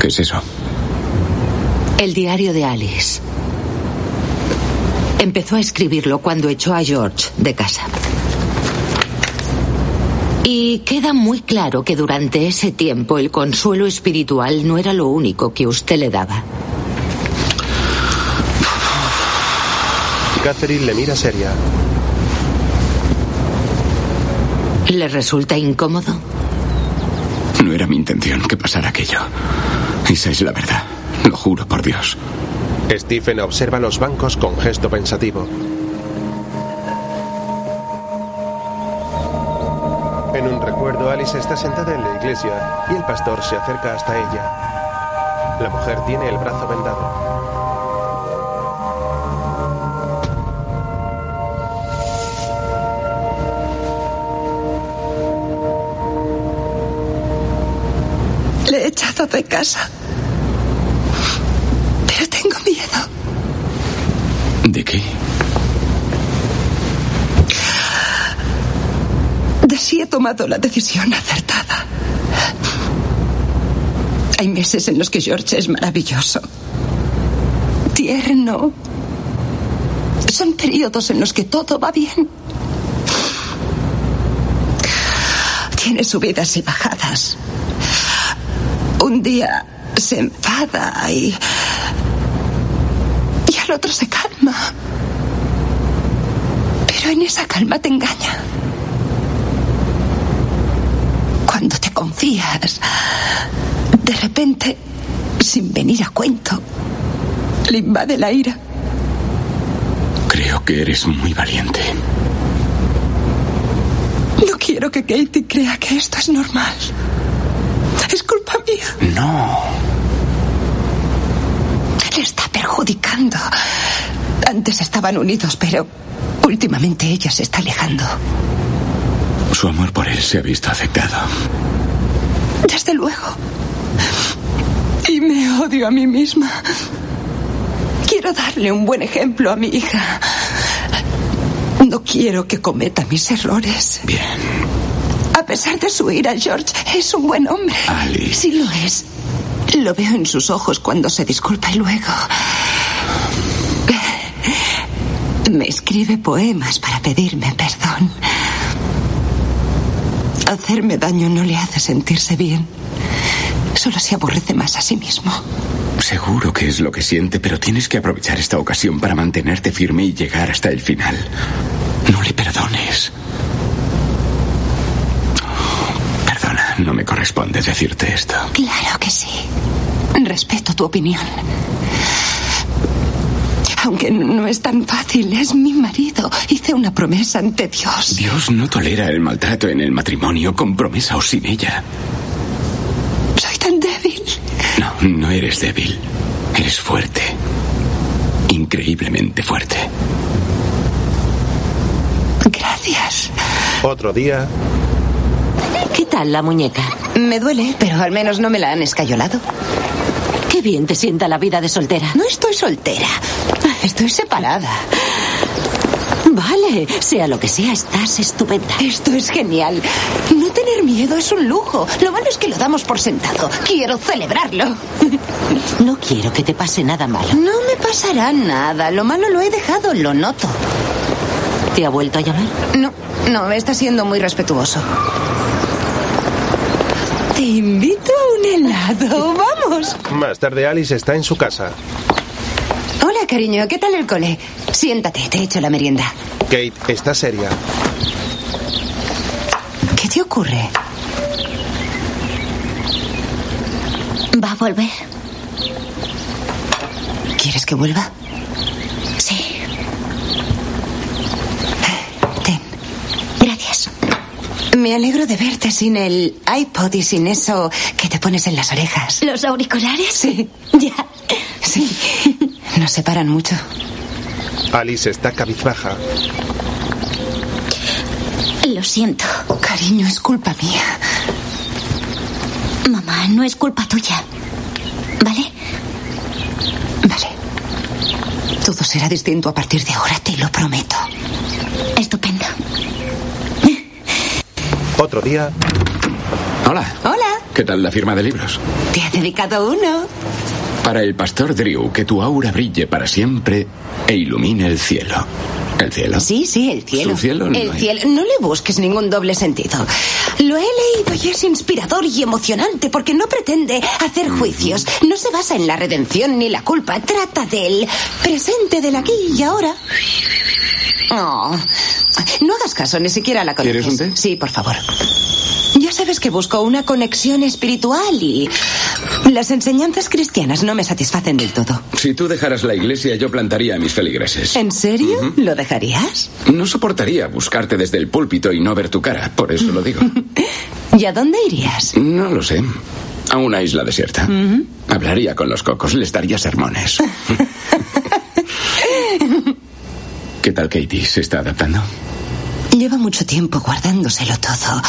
[SPEAKER 3] ¿Qué es eso?
[SPEAKER 10] El diario de Alice. Empezó a escribirlo cuando echó a George de casa. Y queda muy claro que durante ese tiempo el consuelo espiritual no era lo único que usted le daba.
[SPEAKER 2] Catherine le mira seria.
[SPEAKER 10] ¿Le resulta incómodo?
[SPEAKER 3] No era mi intención que pasara aquello. Esa es la verdad. Lo juro por Dios.
[SPEAKER 2] Stephen observa los bancos con gesto pensativo. En un recuerdo, Alice está sentada en la iglesia y el pastor se acerca hasta ella. La mujer tiene el brazo vendado.
[SPEAKER 4] Le he echado de casa. Pero tengo miedo.
[SPEAKER 3] ¿De qué?
[SPEAKER 4] De si he tomado la decisión acertada. Hay meses en los que George es maravilloso. Tierno. Son periodos en los que todo va bien. Tiene subidas y bajadas. Un día se enfada y. y al otro se calma. Pero en esa calma te engaña. Cuando te confías, de repente, sin venir a cuento, le invade la ira.
[SPEAKER 3] Creo que eres muy valiente.
[SPEAKER 4] No quiero que Katie crea que esto es normal. Es culpa mía.
[SPEAKER 3] No.
[SPEAKER 4] Le está perjudicando. Antes estaban unidos, pero últimamente ella se está alejando.
[SPEAKER 3] Su amor por él se ha visto afectado.
[SPEAKER 4] Desde luego. Y me odio a mí misma. Quiero darle un buen ejemplo a mi hija. No quiero que cometa mis errores.
[SPEAKER 3] Bien.
[SPEAKER 4] A pesar de su ira, George es un buen hombre.
[SPEAKER 3] Alice.
[SPEAKER 4] Sí lo es. Lo veo en sus ojos cuando se disculpa y luego. Me escribe poemas para pedirme perdón. Hacerme daño no le hace sentirse bien. Solo se aborrece más a sí mismo.
[SPEAKER 3] Seguro que es lo que siente, pero tienes que aprovechar esta ocasión para mantenerte firme y llegar hasta el final. No le perdones. Perdona, no me corresponde decirte esto.
[SPEAKER 4] Claro que sí. Respeto tu opinión. Aunque no es tan fácil, es mi marido. Hice una promesa ante Dios.
[SPEAKER 3] Dios no tolera el maltrato en el matrimonio, con promesa o sin ella.
[SPEAKER 4] Soy tan débil.
[SPEAKER 3] No, no eres débil. Eres fuerte. Increíblemente fuerte.
[SPEAKER 4] Gracias.
[SPEAKER 2] Otro día,
[SPEAKER 16] ¿Qué tal la muñeca?
[SPEAKER 17] Me duele, pero al menos no me la han escayolado.
[SPEAKER 16] Qué bien te sienta la vida de soltera.
[SPEAKER 17] No estoy soltera. Estoy separada.
[SPEAKER 16] Vale, sea lo que sea, estás estupenda.
[SPEAKER 17] Esto es genial. No tener miedo es un lujo. Lo malo es que lo damos por sentado. Quiero celebrarlo.
[SPEAKER 16] No quiero que te pase nada malo.
[SPEAKER 17] No me pasará nada. Lo malo lo he dejado, lo noto.
[SPEAKER 16] ¿Te ha vuelto a llamar?
[SPEAKER 17] No, no, está siendo muy respetuoso.
[SPEAKER 4] Te invito a un helado. Vamos.
[SPEAKER 2] más tarde Alice está en su casa.
[SPEAKER 17] Hola,
[SPEAKER 4] cariño. ¿Qué tal el cole? Siéntate, te echo la merienda.
[SPEAKER 2] Kate está seria.
[SPEAKER 4] ¿Qué te ocurre?
[SPEAKER 1] ¿Va a volver?
[SPEAKER 4] ¿Quieres que vuelva?
[SPEAKER 1] Sí.
[SPEAKER 4] Ten.
[SPEAKER 1] Gracias.
[SPEAKER 4] Me alegro de verte sin el iPod y sin eso que te pones en las orejas.
[SPEAKER 1] ¿Los auriculares?
[SPEAKER 4] Sí.
[SPEAKER 1] Ya.
[SPEAKER 4] Sí. Nos separan mucho.
[SPEAKER 2] Alice está cabizbaja.
[SPEAKER 1] Lo siento.
[SPEAKER 4] Cariño, es culpa mía.
[SPEAKER 1] Mamá, no es culpa tuya. ¿Vale?
[SPEAKER 4] Vale. Todo será distinto a partir de ahora, te lo prometo.
[SPEAKER 1] Estupendo.
[SPEAKER 2] Otro día.
[SPEAKER 3] Hola.
[SPEAKER 4] Hola.
[SPEAKER 3] ¿Qué tal la firma de libros?
[SPEAKER 4] Te ha dedicado uno.
[SPEAKER 3] Para el pastor Drew, que tu aura brille para siempre e ilumine el cielo. ¿El cielo?
[SPEAKER 4] Sí, sí, el cielo.
[SPEAKER 3] Su cielo no
[SPEAKER 4] el
[SPEAKER 3] hay.
[SPEAKER 4] cielo. No le busques ningún doble sentido. Lo he leído y es inspirador y emocionante porque no pretende hacer juicios. No se basa en la redención ni la culpa. Trata del presente, del aquí y ahora. Oh, no hagas caso, ni siquiera la conoces.
[SPEAKER 3] ¿Quieres un té?
[SPEAKER 4] Sí, por favor. Ya sabes que busco una conexión espiritual y las enseñanzas cristianas no me satisfacen del todo.
[SPEAKER 3] Si tú dejaras la iglesia, yo plantaría a mis feligreses.
[SPEAKER 4] ¿En serio? ¿Lo dejarías?
[SPEAKER 3] No soportaría buscarte desde el púlpito y no ver tu cara, por eso lo digo.
[SPEAKER 4] ¿Y a dónde irías?
[SPEAKER 3] No lo sé. A una isla desierta.
[SPEAKER 4] Mm.
[SPEAKER 3] Hablaría con los cocos, les daría sermones. ¿Qué tal Katie? ¿Se está adaptando?
[SPEAKER 4] Lleva mucho tiempo guardándoselo todo.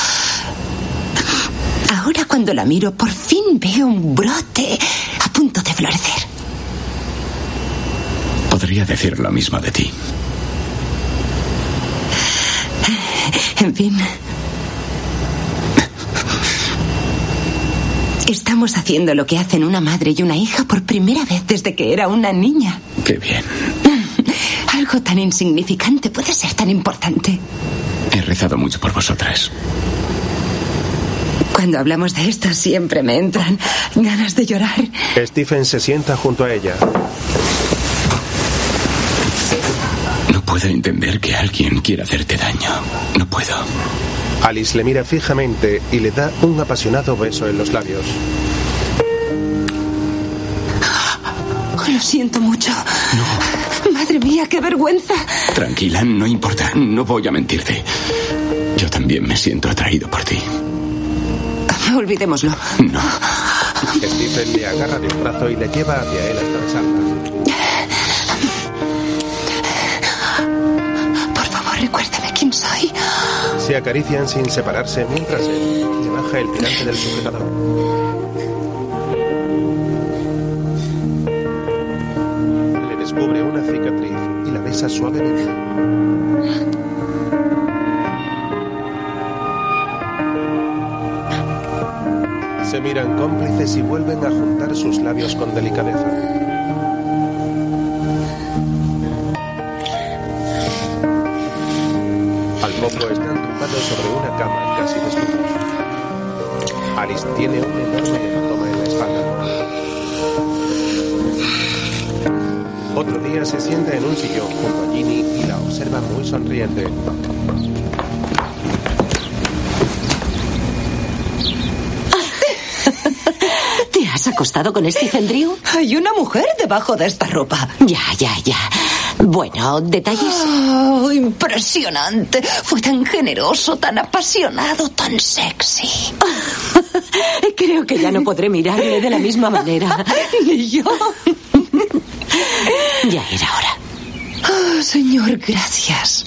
[SPEAKER 4] Ahora cuando la miro, por fin veo un brote a punto de florecer.
[SPEAKER 3] Podría decir lo mismo de ti.
[SPEAKER 4] En fin. Estamos haciendo lo que hacen una madre y una hija por primera vez desde que era una niña.
[SPEAKER 3] Qué bien.
[SPEAKER 4] Algo tan insignificante puede ser tan importante.
[SPEAKER 3] He rezado mucho por vosotras.
[SPEAKER 4] Cuando hablamos de esto siempre me entran ganas de llorar.
[SPEAKER 2] Stephen se sienta junto a ella.
[SPEAKER 3] No puedo entender que alguien quiera hacerte daño. No puedo.
[SPEAKER 2] Alice le mira fijamente y le da un apasionado beso en los labios.
[SPEAKER 4] Oh, Lo siento mucho. Madre mía, qué vergüenza.
[SPEAKER 3] Tranquila, no importa. No voy a mentirte. Yo también me siento atraído por ti.
[SPEAKER 4] Olvidémoslo.
[SPEAKER 3] No.
[SPEAKER 2] Stephen le agarra de un brazo y le lleva hacia él hasta besarla.
[SPEAKER 4] Por favor, recuérdame quién soy.
[SPEAKER 2] Se acarician sin separarse mientras él le baja el tirante del sujetador. Le descubre una cicatriz y la besa suavemente. Se miran cómplices y vuelven a juntar sus labios con delicadeza. Al poco están tumbados sobre una cama casi desnudos. Alice tiene un enorme hematoma en la espalda. Otro día se sienta en un sillón junto a Ginny y la observa muy sonriente.
[SPEAKER 14] ¿Te has acostado con
[SPEAKER 16] este
[SPEAKER 14] Stephen Drew?
[SPEAKER 4] Hay una mujer debajo de esta ropa.
[SPEAKER 14] Ya, ya, ya. Bueno, detalles.
[SPEAKER 4] Oh, impresionante. Fue tan generoso, tan apasionado, tan sexy.
[SPEAKER 14] Creo que ya no podré mirarle de la misma manera.
[SPEAKER 4] Ni yo.
[SPEAKER 14] Ya era hora.
[SPEAKER 4] Oh, señor, gracias.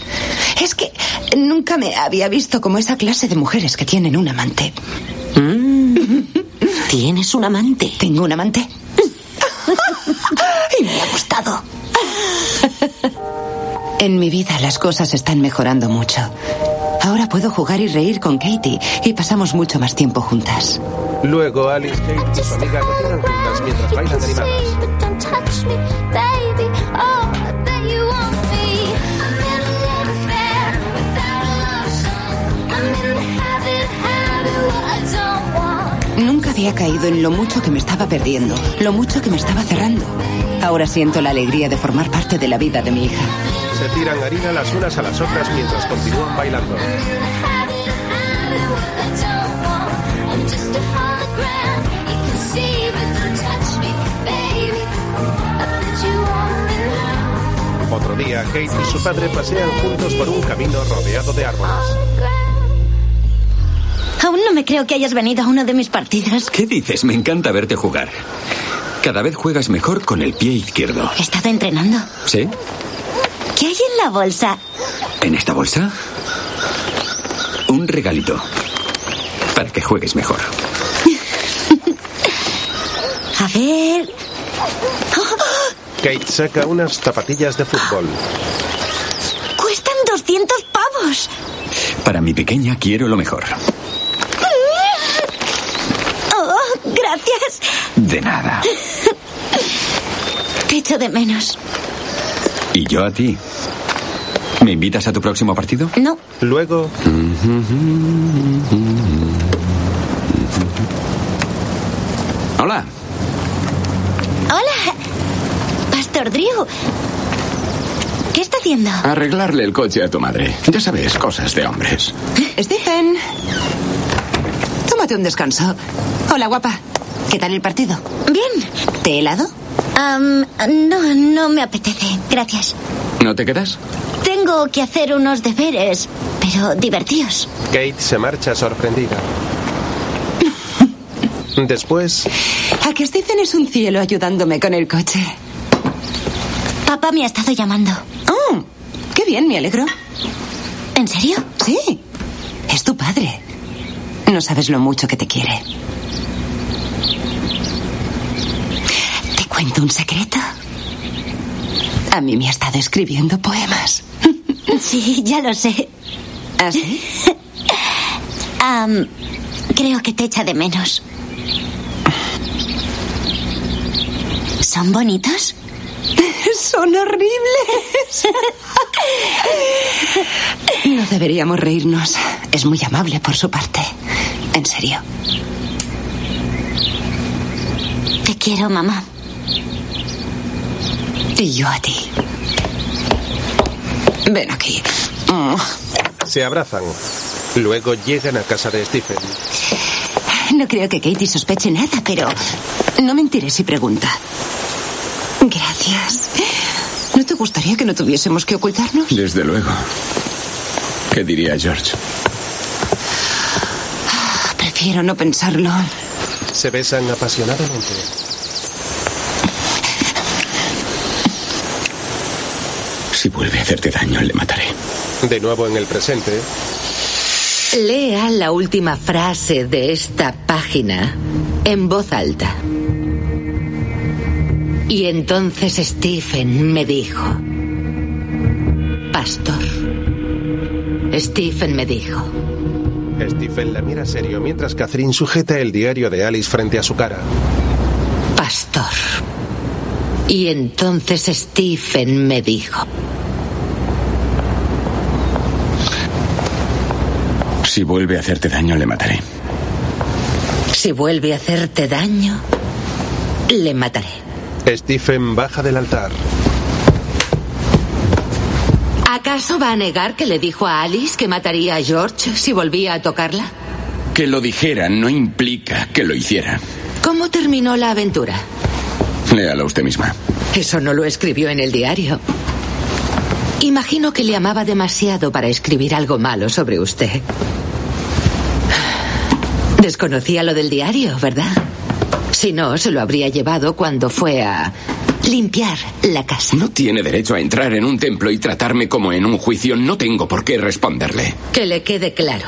[SPEAKER 4] Es que nunca me había visto como esa clase de mujeres que tienen un amante.
[SPEAKER 14] Mm. Tienes un amante.
[SPEAKER 4] Tengo un amante. y me ha gustado. En mi vida las cosas están mejorando mucho. Ahora puedo jugar y reír con Katie y pasamos mucho más tiempo juntas.
[SPEAKER 2] Luego Alice, Kate y su amiga cocinan juntas mientras bailan animadas.
[SPEAKER 4] Nunca había caído en lo mucho que me estaba perdiendo, lo mucho que me estaba cerrando. Ahora siento la alegría de formar parte de la vida de mi hija.
[SPEAKER 2] Se tiran harina las unas a las otras mientras continúan bailando. Otro día, Kate y su padre pasean juntos por un camino rodeado de árboles.
[SPEAKER 1] Aún no me creo que hayas venido a una de mis partidas.
[SPEAKER 9] ¿Qué dices? Me encanta verte jugar. Cada vez juegas mejor con el pie izquierdo.
[SPEAKER 1] He estado entrenando.
[SPEAKER 9] ¿Sí?
[SPEAKER 1] ¿Qué hay en la bolsa?
[SPEAKER 9] ¿En esta bolsa? Un regalito. Para que juegues mejor.
[SPEAKER 1] A ver.
[SPEAKER 2] Kate saca unas zapatillas de fútbol.
[SPEAKER 1] Cuestan 200 pavos.
[SPEAKER 9] Para mi pequeña quiero lo mejor.
[SPEAKER 1] Oh, gracias.
[SPEAKER 9] De nada.
[SPEAKER 1] Te echo de menos.
[SPEAKER 9] ¿Y yo a ti? ¿Me invitas a tu próximo partido? Mm,
[SPEAKER 1] No.
[SPEAKER 2] Luego.
[SPEAKER 9] Hola.
[SPEAKER 1] Hola. Pastor Drew. ¿Qué está haciendo?
[SPEAKER 3] Arreglarle el coche a tu madre. Ya sabes, cosas de hombres.
[SPEAKER 4] Stephen. Tómate un descanso. Hola, guapa. ¿Qué tal el partido?
[SPEAKER 1] Bien.
[SPEAKER 4] ¿Te helado?
[SPEAKER 1] Am, no, no me apetece. Gracias.
[SPEAKER 9] ¿No te quedas?
[SPEAKER 1] Tengo que hacer unos deberes, pero divertidos.
[SPEAKER 2] Kate se marcha sorprendida. Después,
[SPEAKER 4] A que Stephen es un cielo ayudándome con el coche.
[SPEAKER 1] Papá me ha estado llamando.
[SPEAKER 4] Oh, qué bien, me alegro.
[SPEAKER 1] ¿En serio?
[SPEAKER 4] Sí. Es tu padre. No sabes lo mucho que te quiere. ¿Te cuento un secreto? A mí me ha estado escribiendo poemas.
[SPEAKER 1] Sí, ya lo sé.
[SPEAKER 4] ¿Ah, sí?
[SPEAKER 1] Am, creo que te echa de menos. ¿Son bonitos?
[SPEAKER 4] Son horribles. No deberíamos reírnos. Es muy amable por su parte. En serio.
[SPEAKER 1] Te quiero, mamá.
[SPEAKER 4] Y yo a ti. Ven aquí. Mm.
[SPEAKER 2] se abrazan. Luego llegan a casa de Stephen.
[SPEAKER 4] No creo que Katie sospeche nada, pero no mentiré si pregunta. Gracias. ¿No te gustaría que no tuviésemos que ocultarnos?
[SPEAKER 3] Desde luego. ¿Qué diría George?
[SPEAKER 4] Prefiero no pensarlo.
[SPEAKER 2] Se besan apasionadamente.
[SPEAKER 3] Si vuelve a hacerte daño, le mataré.
[SPEAKER 2] De nuevo en el presente, ¿eh?
[SPEAKER 10] Lea la última frase de esta página en voz alta. Y entonces Stephen me dijo, Pastor, Stephen me dijo,
[SPEAKER 2] Stephen la mira serio mientras Catherine sujeta el diario de Alice frente a su cara.
[SPEAKER 10] Pastor. Y entonces Stephen me dijo,
[SPEAKER 3] Si vuelve a hacerte daño, le mataré.
[SPEAKER 10] si vuelve a hacerte daño, le mataré.
[SPEAKER 2] Stephen baja del altar.
[SPEAKER 10] ¿Acaso va a negar que le dijo a Alice que mataría a George si volvía a tocarla?
[SPEAKER 3] Que lo dijera no implica que lo hiciera.
[SPEAKER 10] ¿Cómo terminó la aventura?
[SPEAKER 3] Léalo usted misma.
[SPEAKER 10] Eso no lo escribió en el diario. Imagino que le amaba demasiado para escribir algo malo sobre usted. Desconocía lo del diario, ¿verdad? Si no, se lo habría llevado cuando fue a limpiar la casa.
[SPEAKER 3] No tiene derecho a entrar en un templo y tratarme como en un juicio. No tengo por qué responderle.
[SPEAKER 10] Que le quede claro.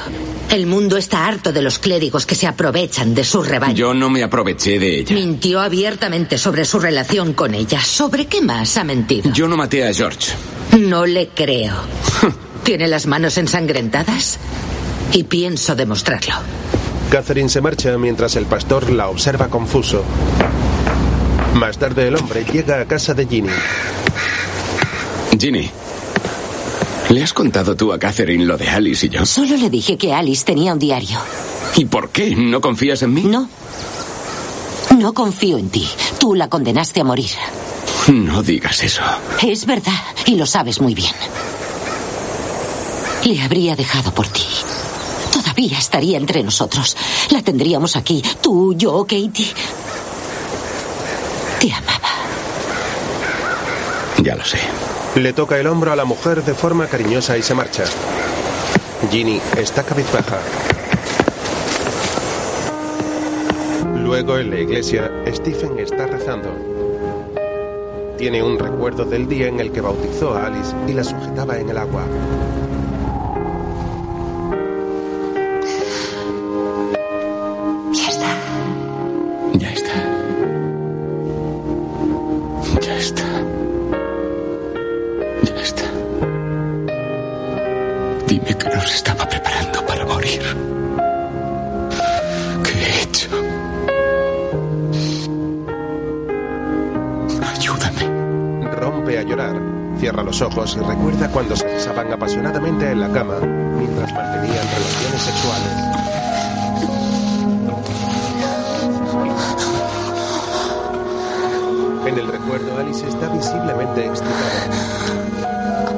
[SPEAKER 10] El mundo está harto de los clérigos que se aprovechan de su rebaño.
[SPEAKER 3] Yo no me aproveché de ella.
[SPEAKER 10] Mintió abiertamente sobre su relación con ella. ¿Sobre qué más ha mentido?
[SPEAKER 3] Yo no maté a George.
[SPEAKER 10] No le creo. Tiene las manos ensangrentadas y pienso demostrarlo.
[SPEAKER 2] Catherine se marcha mientras el pastor la observa confuso. Más tarde el hombre llega a casa de Ginny.
[SPEAKER 3] Ginny, ¿le has contado tú a Catherine lo de Alice y yo?
[SPEAKER 14] Solo le dije que Alice tenía un diario.
[SPEAKER 3] ¿Y por qué? ¿No confías en mí?
[SPEAKER 14] No. No confío en ti. Tú la condenaste a morir.
[SPEAKER 3] No digas eso.
[SPEAKER 14] Es verdad, y lo sabes muy bien. Le habría dejado por ti. Todavía estaría entre nosotros. La tendríamos aquí, tú, yo, Katie. Te amaba.
[SPEAKER 3] Ya lo sé.
[SPEAKER 2] Le toca el hombro a la mujer de forma cariñosa y se marcha. Ginny está cabizbaja. Luego en la iglesia, Stephen está rezando. Tiene un recuerdo del día en el que bautizó a Alice y la sujetaba en el agua.
[SPEAKER 18] Ya está.
[SPEAKER 3] Ya está. Ya está. Ya está. Dime que nos estaba preparando para morir. ¿Qué he hecho? Ayúdame.
[SPEAKER 2] Rompe a llorar, cierra los ojos y recuerda cuando se besaban apasionadamente en la cama mientras mantenían relaciones sexuales. En el recuerdo, Alice está visiblemente excitada.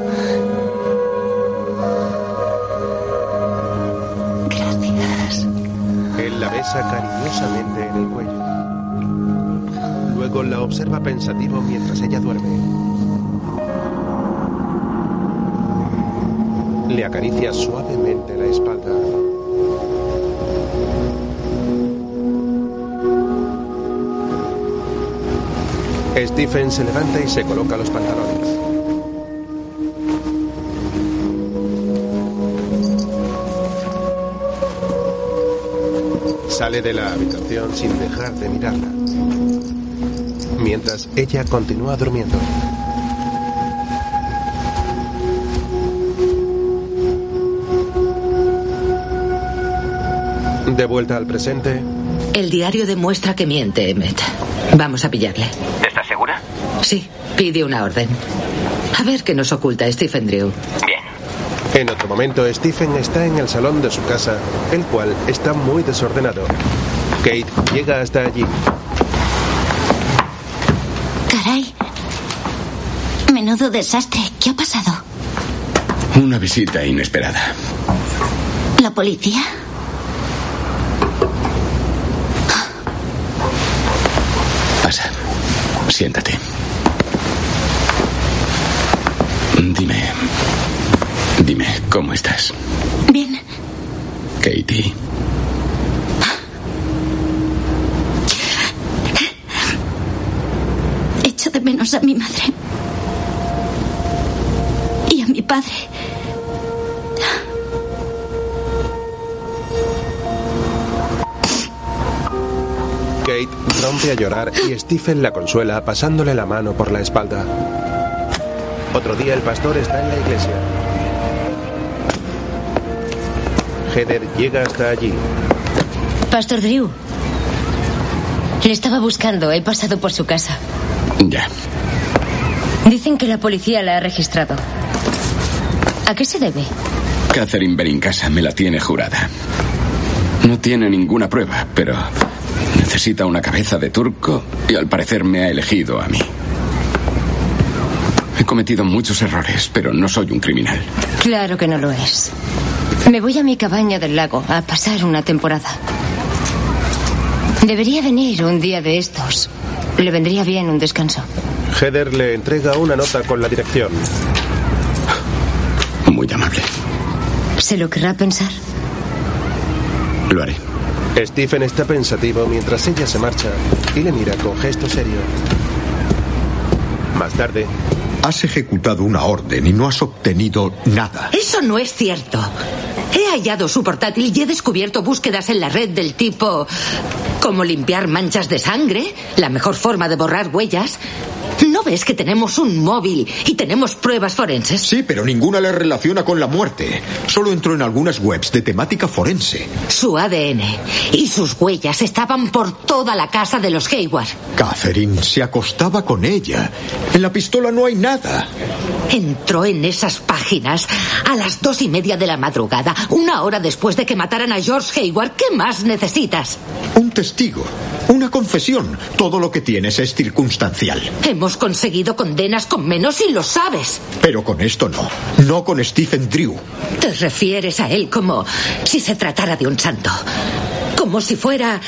[SPEAKER 18] Gracias.
[SPEAKER 2] Él la besa cariñosamente en el cuello. Luego la observa pensativo mientras ella duerme. Le acaricia suavemente la espalda. Stephen se levanta y se coloca los pantalones. Sale de la habitación sin dejar de mirarla. Mientras ella continúa durmiendo. De vuelta al presente,
[SPEAKER 10] El diario demuestra que miente, Emmet. Vamos a pillarle.
[SPEAKER 19] ¿Estás segura?
[SPEAKER 10] Sí, pide una orden. A ver qué nos oculta Stephen Drew.
[SPEAKER 2] en otro momento, Stephen está en el salón de su casa, el cual está muy desordenado. Kate llega hasta allí.
[SPEAKER 1] Caray. Menudo desastre. ¿Qué ha pasado?
[SPEAKER 3] Una visita inesperada.
[SPEAKER 1] ¿La policía?
[SPEAKER 3] Pasa. Siéntate. Dime. Dime, ¿cómo estás?
[SPEAKER 1] Bien.
[SPEAKER 3] Katie.
[SPEAKER 1] Echo de menos a mi madre. Y a mi padre.
[SPEAKER 2] Kate rompe a llorar y Stephen la consuela pasándole la mano por la espalda. Otro día el pastor está en la iglesia. Heather llega hasta allí.
[SPEAKER 11] Pastor Drew. Le estaba buscando. He pasado por su casa.
[SPEAKER 3] Ya.
[SPEAKER 11] Dicen que la policía la ha registrado. ¿A qué se debe?
[SPEAKER 3] Catherine Berincasa me la tiene jurada. No tiene ninguna prueba, pero necesita una cabeza de turco y al parecer me ha elegido a mí. He cometido muchos errores, pero no soy un criminal.
[SPEAKER 11] Claro que no lo es. Me voy a mi cabaña del lago a pasar una temporada. Debería venir un día de estos. Le vendría bien un descanso.
[SPEAKER 2] Heather le entrega una nota con la dirección.
[SPEAKER 3] Muy amable.
[SPEAKER 11] ¿Se lo querrá pensar?
[SPEAKER 3] Lo haré.
[SPEAKER 2] Stephen está pensativo mientras ella se marcha y le mira con gesto serio. Más tarde.
[SPEAKER 13] Has ejecutado una orden y no has obtenido nada.
[SPEAKER 10] Eso no es cierto. He hallado su portátil y he descubierto búsquedas en la red del tipo como limpiar manchas de sangre, la mejor forma de borrar huellas. ¿No ves que tenemos un móvil y tenemos pruebas forenses?
[SPEAKER 13] Sí, pero ninguna le relaciona con la muerte. Solo entró en algunas webs de temática forense.
[SPEAKER 10] Su ADN y sus huellas estaban por toda la casa de los Hayward.
[SPEAKER 13] Catherine se acostaba con ella. En la pistola no hay nada.
[SPEAKER 10] Entró en esas páginas a las dos y media de la madrugada, una hora después de que mataran a George Hayward. ¿Qué más necesitas?
[SPEAKER 13] Un testigo. Una confesión. Todo lo que tienes es circunstancial.
[SPEAKER 10] Hemos conseguido condenas con menos y lo sabes.
[SPEAKER 13] Pero con esto no. No con Stephen Drew.
[SPEAKER 10] Te refieres a él como si se tratara de un santo. Como si fuera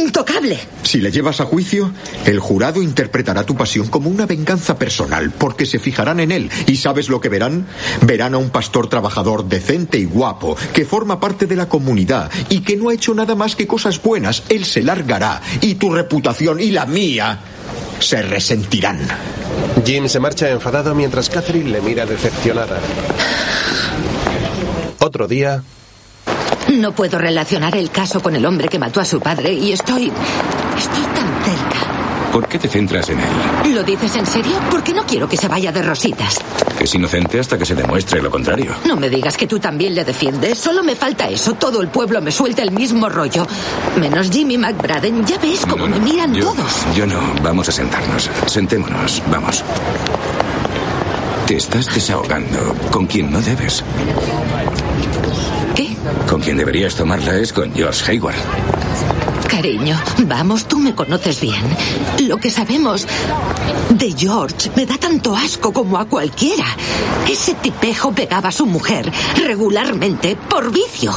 [SPEAKER 10] intocable.
[SPEAKER 13] Si le llevas a juicio, el jurado interpretará tu pasión como una venganza personal, porque se fijarán en él. ¿Y sabes lo que verán? Verán a un pastor trabajador decente y guapo, que forma parte de la comunidad y que no ha hecho nada más que cosas buenas. Él se largará y tu reputación y la mía se resentirán.
[SPEAKER 2] Jim se marcha enfadado mientras Catherine le mira decepcionada. Otro día,
[SPEAKER 10] No puedo relacionar el caso con el hombre que mató a su padre y estoy. Estoy tan cerca.
[SPEAKER 3] ¿Por qué te centras en él?
[SPEAKER 10] ¿Lo dices en serio? Porque no quiero que se vaya de rositas.
[SPEAKER 3] Es inocente hasta que se demuestre lo contrario.
[SPEAKER 10] No me digas que tú también le defiendes. Solo me falta eso. Todo el pueblo me suelta el mismo rollo. Menos Jimmy McBraden. Ya ves cómo me miran
[SPEAKER 3] yo,
[SPEAKER 10] todos.
[SPEAKER 3] Yo no. Vamos a sentarnos. Sentémonos. Vamos. Te estás desahogando con quien no debes.
[SPEAKER 10] ¿Qué?
[SPEAKER 3] Con quien deberías tomarla es con George Hayward.
[SPEAKER 10] Cariño, vamos, tú me conoces bien. Lo que sabemos de George me da tanto asco como a cualquiera. Ese tipejo pegaba a su mujer regularmente por vicio.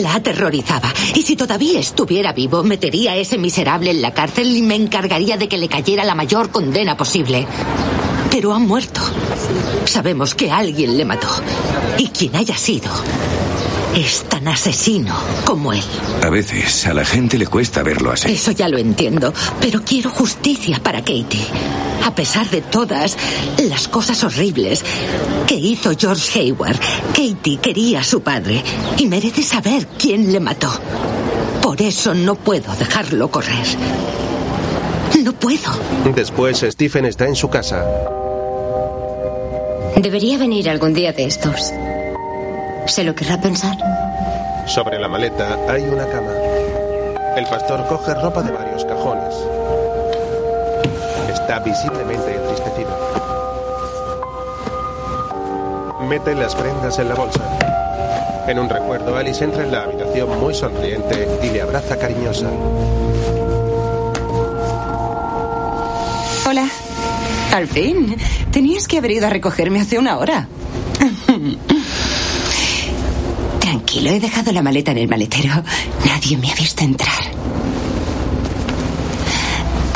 [SPEAKER 10] La aterrorizaba. Y si todavía estuviera vivo, metería a ese miserable en la cárcel y me encargaría de que le cayera la mayor condena posible. Pero ha muerto. Sabemos que alguien le mató. Y quien haya sido, es tan asesino como él.
[SPEAKER 3] A veces a la gente le cuesta verlo así.
[SPEAKER 10] Eso ya lo entiendo, pero quiero justicia para Katie. A pesar de todas las cosas horribles que hizo George Hayward, Katie quería a su padre y merece saber quién le mató. Por eso no puedo dejarlo correr. No puedo.
[SPEAKER 2] después Stephen está en su casa.
[SPEAKER 11] Debería venir algún día de estos. Se lo querrá pensar.
[SPEAKER 2] Sobre la maleta hay una cama. El pastor coge ropa de varios cajones. Está visiblemente entristecido. Mete las prendas en la bolsa. En un recuerdo, Alice entra en la habitación muy sonriente y le abraza cariñosa.
[SPEAKER 4] Hola. Al fin. Tenías que haber ido a recogerme hace una hora. Tranquilo, he dejado la maleta en el maletero. Nadie me ha visto entrar.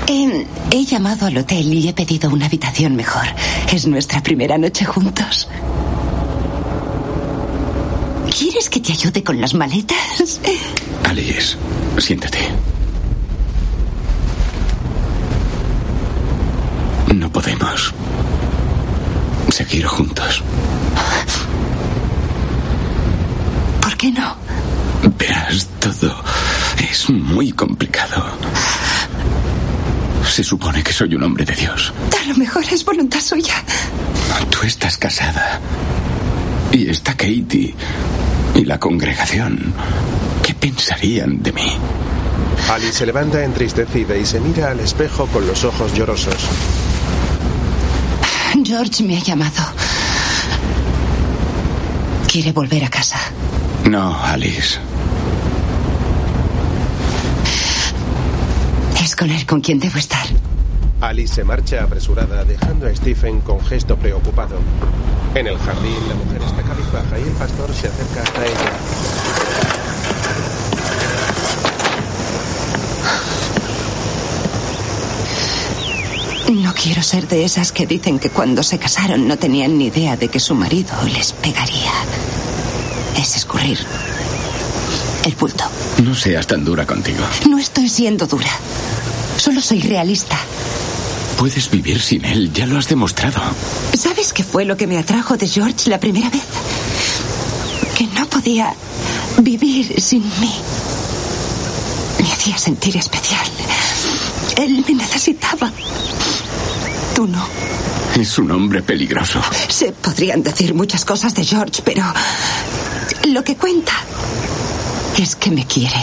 [SPEAKER 4] He, he llamado al hotel y he pedido una habitación mejor. Es nuestra primera noche juntos. ¿Quieres que te ayude con las maletas?
[SPEAKER 3] Alice, siéntate. No podemos seguir juntos.
[SPEAKER 4] ¿Por qué no?
[SPEAKER 3] Verás, todo es muy complicado. Se supone que soy un hombre de Dios.
[SPEAKER 4] A lo mejor es voluntad suya.
[SPEAKER 3] Tú estás casada. Y está Katie y la congregación. ¿Qué pensarían de mí?
[SPEAKER 2] Alice se levanta entristecida y se mira al espejo con los ojos llorosos.
[SPEAKER 4] George me ha llamado. Quiere volver a casa.
[SPEAKER 3] No, Alice.
[SPEAKER 4] Es con él con quien debo estar.
[SPEAKER 2] Alice se marcha apresurada, dejando a Stephen con gesto preocupado. En el jardín, la mujer está cabizbaja y el pastor se acerca hasta ella.
[SPEAKER 4] No quiero ser de esas que dicen que cuando se casaron no tenían ni idea de que su marido les pegaría. Es escurrir el bulto.
[SPEAKER 3] No seas tan dura contigo.
[SPEAKER 4] No estoy siendo dura. Solo soy realista.
[SPEAKER 3] Puedes vivir sin él, ya lo has demostrado.
[SPEAKER 4] ¿Sabes qué fue lo que me atrajo de George la primera vez? Que no podía vivir sin mí. Me hacía sentir especial. Él me necesitaba. Tú no.
[SPEAKER 3] Es un hombre peligroso.
[SPEAKER 4] Se podrían decir muchas cosas de George, pero lo que cuenta es que me quiere.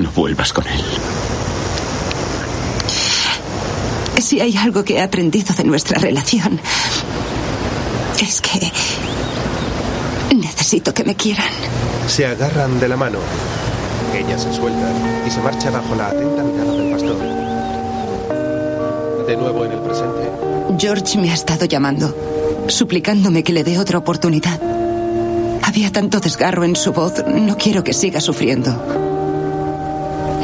[SPEAKER 3] No vuelvas con él.
[SPEAKER 4] Si hay algo que he aprendido de nuestra relación, es que necesito que me quieran.
[SPEAKER 2] Se agarran de la mano. Ella se suelta y se marcha bajo la atenta mirada del pastor. De nuevo en el presente,
[SPEAKER 4] George me ha estado llamando, suplicándome que le dé otra oportunidad. Había tanto desgarro en su voz, no quiero que siga sufriendo.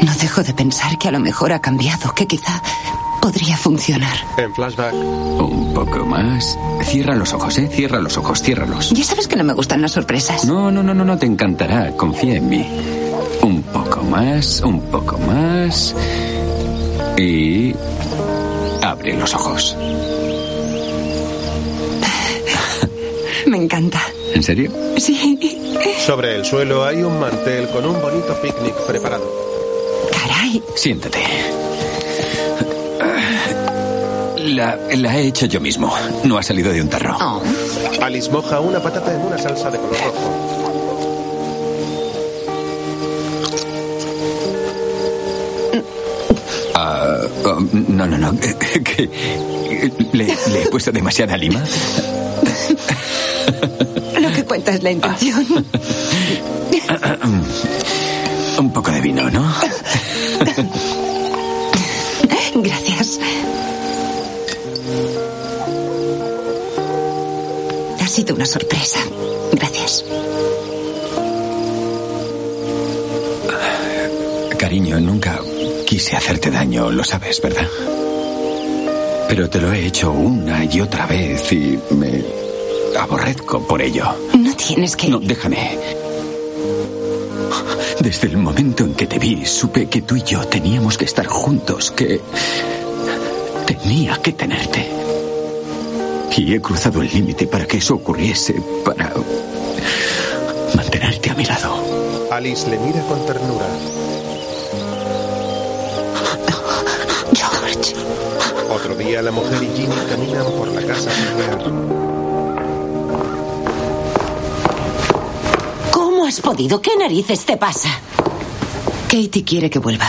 [SPEAKER 4] No dejo de pensar que a lo mejor ha cambiado, que quizá podría funcionar.
[SPEAKER 2] en flashback,
[SPEAKER 9] Un poco más. Cierra los ojos, ¿eh? Cierra los ojos, ciérralos.
[SPEAKER 4] Ya sabes que no me gustan las sorpresas.
[SPEAKER 9] No, no, no, no, no, te encantará. Confía en mí. Un poco más, un poco más. Y. Abre los ojos.
[SPEAKER 4] Me encanta.
[SPEAKER 9] ¿En serio?
[SPEAKER 4] Sí.
[SPEAKER 2] sobre el suelo hay un mantel con un bonito picnic preparado.
[SPEAKER 4] Caray.
[SPEAKER 9] Siéntate. La, la he hecho yo mismo. No ha salido de un tarro.
[SPEAKER 2] Alice moja una patata en una salsa de color rojo.
[SPEAKER 9] Ah, oh, no, no, no. ¿Qué? ¿Le, le he puesto demasiada lima?
[SPEAKER 4] Lo que cuenta es la intención.
[SPEAKER 9] Un poco de vino, ¿no?
[SPEAKER 4] Gracias. Ha sido una sorpresa. Gracias.
[SPEAKER 9] Cariño, nunca quise hacerte daño, lo sabes, ¿verdad? Pero te lo he hecho una y otra vez y me aborrezco por ello.
[SPEAKER 4] No tienes que...
[SPEAKER 9] No, déjame. Desde el momento en que te vi, supe que tú y yo teníamos que estar juntos, que tenía que tenerte. Y he cruzado el límite para que eso ocurriese, para mantenerte a mi lado.
[SPEAKER 2] Alice le mira con ternura.
[SPEAKER 4] George.
[SPEAKER 2] Otro día la mujer y Ginny caminan por la casa nuclear.
[SPEAKER 14] ¿Cómo has podido? ¿Qué narices te pasa?
[SPEAKER 4] Katie quiere que vuelva.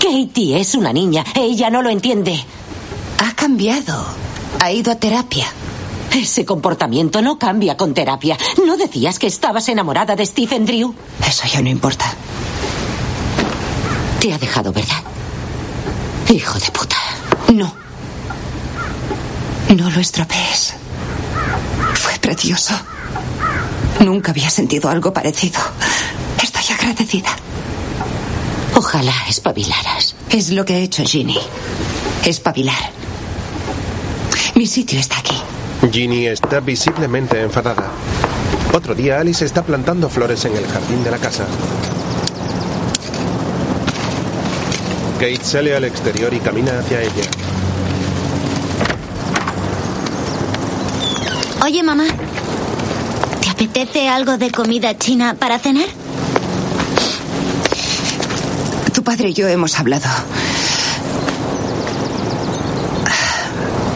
[SPEAKER 14] Katie es una niña. Ella no lo entiende.
[SPEAKER 4] Ha cambiado. Ha ido a terapia.
[SPEAKER 14] Ese comportamiento no cambia con terapia. ¿No decías que estabas enamorada de Stephen Drew?
[SPEAKER 4] Eso ya no importa.
[SPEAKER 14] Te ha dejado, ¿verdad? Hijo de puta.
[SPEAKER 4] No. No lo estropees. Fue precioso. Nunca había sentido algo parecido. Estoy agradecida.
[SPEAKER 14] Ojalá espabilaras.
[SPEAKER 4] Es lo que he hecho, Ginny. Espabilar. Mi sitio está aquí.
[SPEAKER 2] Ginny está visiblemente enfadada. Otro día Alice está plantando flores en el jardín de la casa. Kate sale al exterior y camina hacia ella.
[SPEAKER 1] Oye, mamá, ¿te apetece algo de comida china para cenar?
[SPEAKER 4] Tu padre y yo hemos hablado.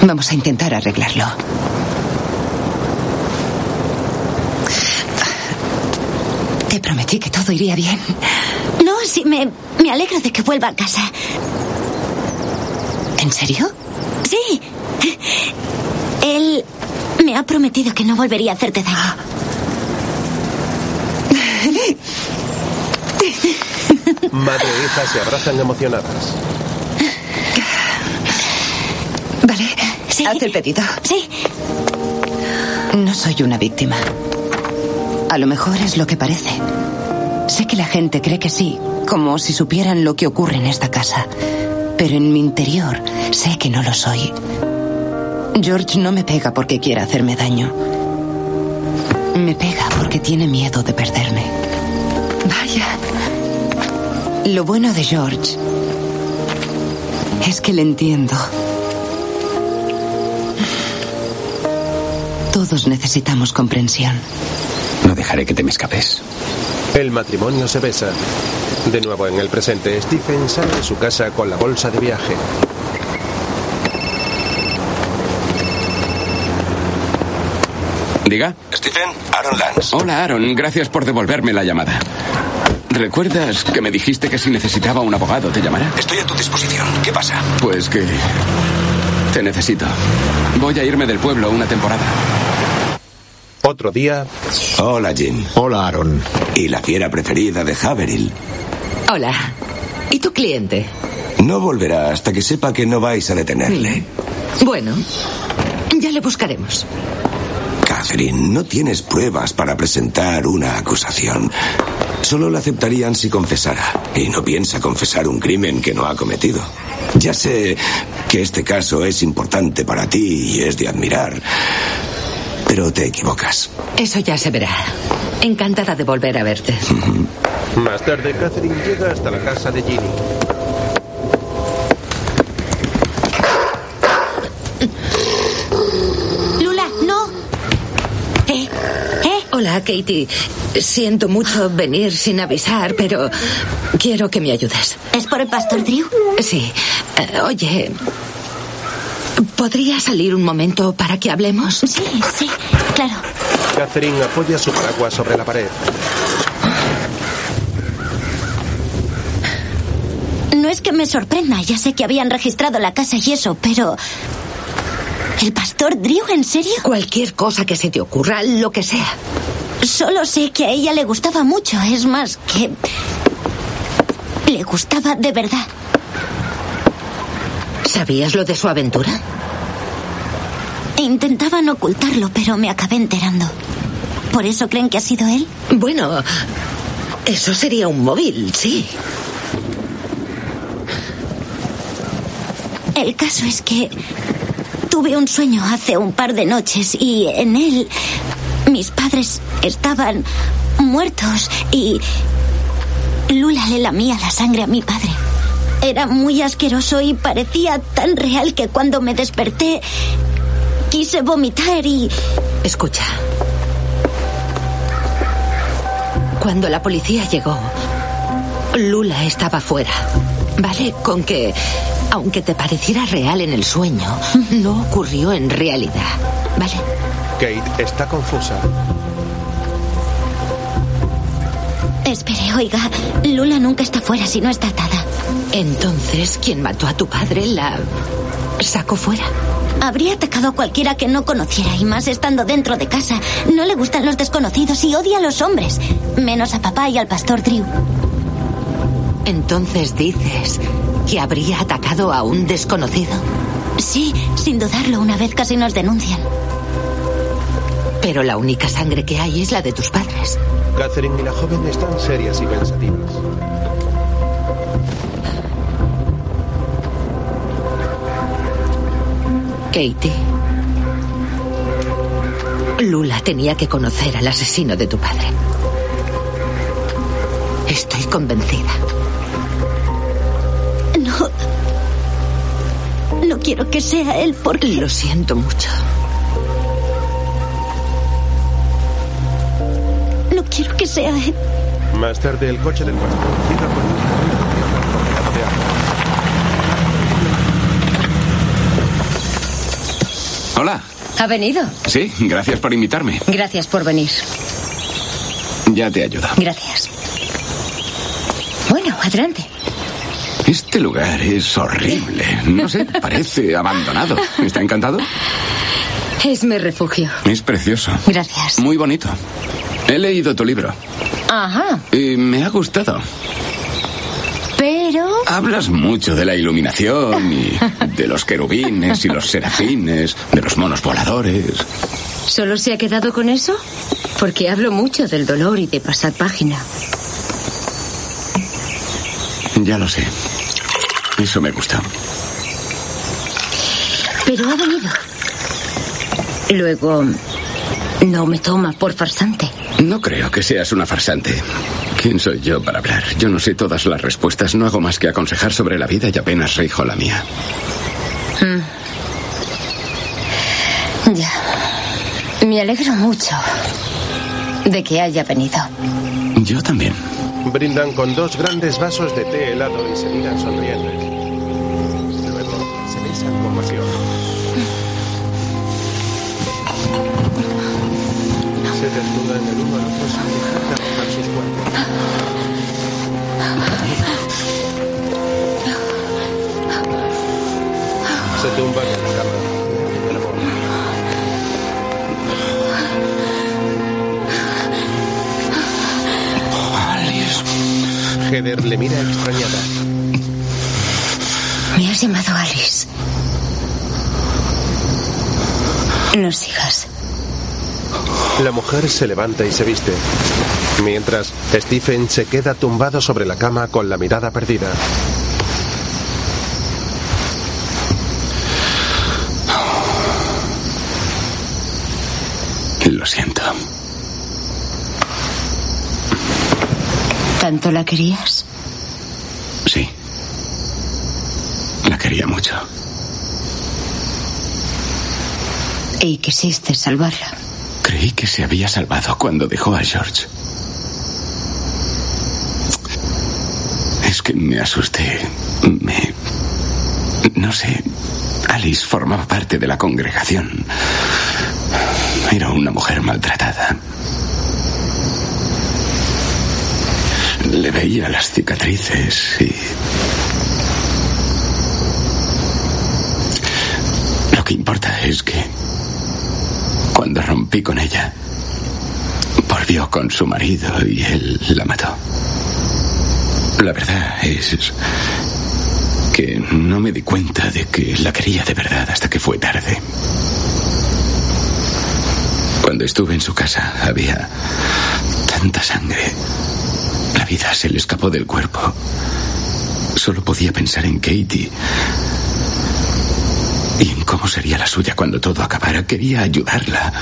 [SPEAKER 4] Vamos a intentar arreglarlo. Te prometí que todo iría bien.
[SPEAKER 1] No, sí, me, me alegro de que vuelva a casa.
[SPEAKER 4] ¿En serio?
[SPEAKER 1] Sí. Él me ha prometido que no volvería a hacerte
[SPEAKER 4] Ah.
[SPEAKER 1] daño.
[SPEAKER 2] Madre e hija se abrazan emocionadas.
[SPEAKER 4] Vale. Haz el pedido.
[SPEAKER 1] Sí.
[SPEAKER 4] No soy una víctima. A lo mejor es lo que parece. Sé que la gente cree que sí, como si supieran lo que ocurre en esta casa. Pero en mi interior sé que no lo soy. George no me pega porque quiera hacerme daño. Me pega porque tiene miedo de perderme. Vaya. Lo bueno de George es que le entiendo. Todos necesitamos comprensión.
[SPEAKER 9] No dejaré que te me escapes.
[SPEAKER 2] El matrimonio se besa. De nuevo en el presente, Stephen sale de su casa con la bolsa de viaje.
[SPEAKER 3] Diga.
[SPEAKER 7] Stephen, Aaron Lance.
[SPEAKER 3] Hola, Aaron. Gracias por devolverme la llamada. ¿Recuerdas que me dijiste que si necesitaba un abogado te llamará?
[SPEAKER 7] Estoy a tu disposición. ¿Qué pasa?
[SPEAKER 3] Pues que... Te necesito. Voy a irme del pueblo una temporada.
[SPEAKER 2] Otro día,
[SPEAKER 19] Hola, Jim.
[SPEAKER 13] Hola, Aaron.
[SPEAKER 19] Y la fiera preferida de Haverhill.
[SPEAKER 10] Hola. ¿Y tu cliente?
[SPEAKER 19] No volverá hasta que sepa que no vais a detenerle.
[SPEAKER 10] Bueno, ya le buscaremos.
[SPEAKER 19] Catherine, no tienes pruebas para presentar una acusación. Solo la aceptarían si confesara. Y no piensa confesar un crimen que no ha cometido. Ya sé que este caso es importante para ti y es de admirar. Pero te equivocas.
[SPEAKER 10] Eso ya se verá. Encantada de volver a verte.
[SPEAKER 2] Más tarde, Catherine llega hasta la casa de Ginny.
[SPEAKER 1] Lula, no.
[SPEAKER 10] ¿Eh? ¿Eh? Hola, Katie. Siento mucho venir sin avisar, pero quiero que me ayudes.
[SPEAKER 1] ¿Es por el pastor Drew?
[SPEAKER 10] Sí. Eh, oye, ¿podría salir un momento para que hablemos?
[SPEAKER 1] Sí, sí, claro.
[SPEAKER 2] Catherine apoya su paraguas sobre la pared.
[SPEAKER 1] No es que me sorprenda, ya sé que habían registrado la casa y eso, pero... ¿El pastor Drew, en serio?
[SPEAKER 10] Cualquier cosa que se te ocurra, lo que sea.
[SPEAKER 1] Solo sé que a ella le gustaba mucho, es más que... Le gustaba de verdad.
[SPEAKER 10] ¿Sabías lo de su aventura?
[SPEAKER 1] Intentaban ocultarlo, pero me acabé enterando. ¿Por eso creen que ha sido él?
[SPEAKER 10] Bueno, eso sería un móvil, sí.
[SPEAKER 1] El caso es que tuve un sueño hace un par de noches y en él mis padres estaban muertos y Lula le lamía la sangre a mi padre. Era muy asqueroso y parecía tan real que cuando me desperté quise vomitar y...
[SPEAKER 10] Escucha. Cuando la policía llegó, Lula estaba fuera. ¿Vale? Con que aunque te pareciera real en el sueño, no ocurrió en realidad. ¿Vale?
[SPEAKER 2] Kate está confusa.
[SPEAKER 1] Espere, oiga, Lula nunca está fuera si no está atada.
[SPEAKER 10] Entonces, quien mató a tu padre la sacó fuera.
[SPEAKER 1] Habría atacado a cualquiera que no conociera y más estando dentro de casa. No le gustan los desconocidos y odia a los hombres, menos a papá y al pastor Drew.
[SPEAKER 10] Entonces dices que habría atacado a un desconocido.
[SPEAKER 1] Sí, sin dudarlo, una vez casi nos denuncian.
[SPEAKER 10] Pero la única sangre que hay es la de tus padres.
[SPEAKER 2] Catherine y la joven están serias y pensativas.
[SPEAKER 10] Katie. Lula tenía que conocer al asesino de tu padre. Estoy convencida.
[SPEAKER 1] No. No quiero que sea él porque.
[SPEAKER 10] Lo siento mucho.
[SPEAKER 1] No quiero que sea él.
[SPEAKER 2] Más tarde, el coche del pastor llega con un carril de
[SPEAKER 3] agua. Hola.
[SPEAKER 8] ¿Ha venido?
[SPEAKER 3] Sí, gracias por invitarme.
[SPEAKER 8] Gracias por venir.
[SPEAKER 3] Ya te ayudo.
[SPEAKER 8] Gracias. Bueno, adelante.
[SPEAKER 3] Este lugar es horrible. No sé, parece abandonado. ¿Está encantado?
[SPEAKER 8] Es mi refugio.
[SPEAKER 3] Es precioso.
[SPEAKER 8] Gracias.
[SPEAKER 3] Muy bonito. He leído tu libro.
[SPEAKER 8] Ajá.
[SPEAKER 3] Y me ha gustado.
[SPEAKER 8] Pero...
[SPEAKER 3] Hablas mucho de la iluminación y de los querubines y los serafines, de los monos voladores.
[SPEAKER 8] ¿Solo se ha quedado con eso? Porque hablo mucho del dolor y de pasar página.
[SPEAKER 3] Ya lo sé. Eso me gusta.
[SPEAKER 8] Pero ha venido. Luego, no me toma por farsante.
[SPEAKER 3] No creo que seas una farsante. ¿Quién soy yo para hablar? Yo no sé todas las respuestas. No hago más que aconsejar sobre la vida y apenas rijo la mía.
[SPEAKER 8] Mm. Ya. Me alegro mucho de que haya venido.
[SPEAKER 3] Yo también.
[SPEAKER 2] Brindan con dos grandes vasos de té helado y se miran sonrientes. Luego se besan con pasión. Se desnudan el uno al otro sin dejar de sus cuerpos. Se tumban en la cama. Heather le mira extrañada.
[SPEAKER 11] Me has llamado Alice. No sigas.
[SPEAKER 2] La mujer se levanta y se viste. Mientras, Stephen se queda tumbado sobre la cama con la mirada perdida.
[SPEAKER 3] Lo siento.
[SPEAKER 11] ¿Tanto la querías?
[SPEAKER 3] Sí. La quería mucho.
[SPEAKER 11] Y quisiste salvarla.
[SPEAKER 3] Creí que se había salvado cuando dejó a George. Es que me asusté. Me... No sé. Alice formaba parte de la congregación. Era una mujer maltratada. Le veía las cicatrices y... Lo que importa es que cuando rompí con ella, volvió con su marido y él la mató. La verdad es que no me di cuenta de que la quería de verdad hasta que fue tarde. Cuando estuve en su casa había tanta sangre. La vida se le escapó del cuerpo. Solo podía pensar en Katie. Y en cómo sería la suya cuando todo acabara. Quería ayudarla.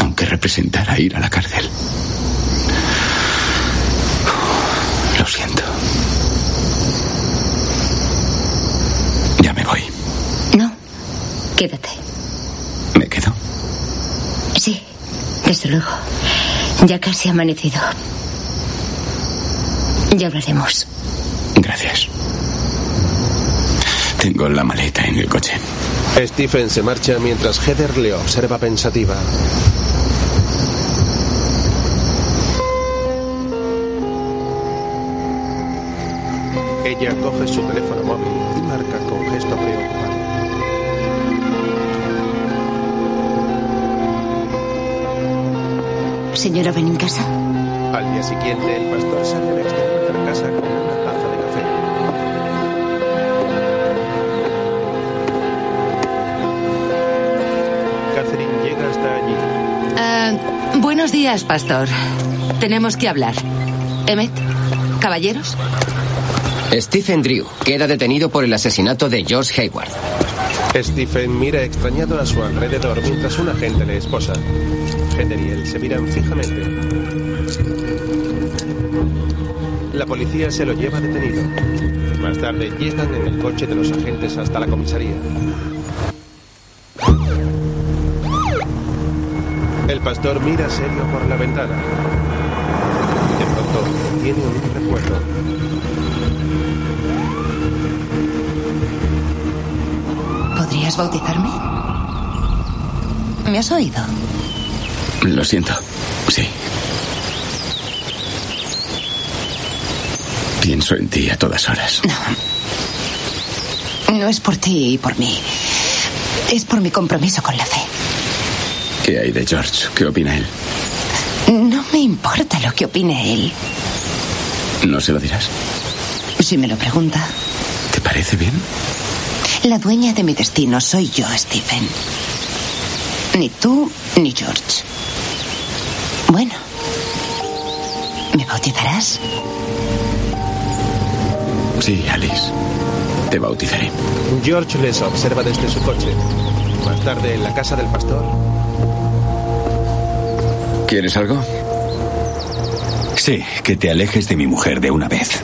[SPEAKER 3] Aunque representara ir a la cárcel. Lo siento. Ya me voy.
[SPEAKER 11] No. Quédate.
[SPEAKER 3] ¿Me quedo?
[SPEAKER 11] Sí, desde luego. Ya casi ha amanecido. Ya hablaremos.
[SPEAKER 3] Gracias. Tengo la maleta en el coche.
[SPEAKER 2] Stephen se marcha mientras Heather le observa pensativa. Ella coge su teléfono móvil y marca con gesto preocupado.
[SPEAKER 11] Señora Benincasa.
[SPEAKER 2] Al día siguiente, el pastor sale al exterior de la casa con una taza de café. Catherine llega hasta allí.
[SPEAKER 10] Ah, buenos días, pastor. Tenemos que hablar. Emmet, caballeros.
[SPEAKER 5] Stephen Drew queda detenido por el asesinato de George Hayward.
[SPEAKER 2] Stephen mira extrañado a su alrededor mientras un agente le esposa. Heather y él se miran fijamente. La policía se lo lleva detenido. Más tarde llegan en el coche de los agentes hasta la comisaría. El pastor mira serio por la ventana. De pronto tiene un recuerdo.
[SPEAKER 4] ¿Podrías bautizarme? ¿Me has oído?
[SPEAKER 3] Lo siento. Sí. Pienso en ti a todas horas.
[SPEAKER 4] No es por ti y por mí. Es por mi compromiso con la fe.
[SPEAKER 3] ¿Qué hay de George? ¿Qué opina él?
[SPEAKER 4] No me importa lo que opine él.
[SPEAKER 3] ¿No se lo dirás?
[SPEAKER 4] Si me lo pregunta.
[SPEAKER 3] ¿Te parece bien?
[SPEAKER 4] La dueña de mi destino soy yo, Stephen. Ni tú ni George. Bueno. ¿Me bautizarás?
[SPEAKER 3] Sí, Alice. Te bautizaré.
[SPEAKER 2] George les observa desde su coche. Más tarde en la casa del pastor.
[SPEAKER 3] ¿Quieres algo?
[SPEAKER 20] Sí, que te alejes de mi mujer de una vez.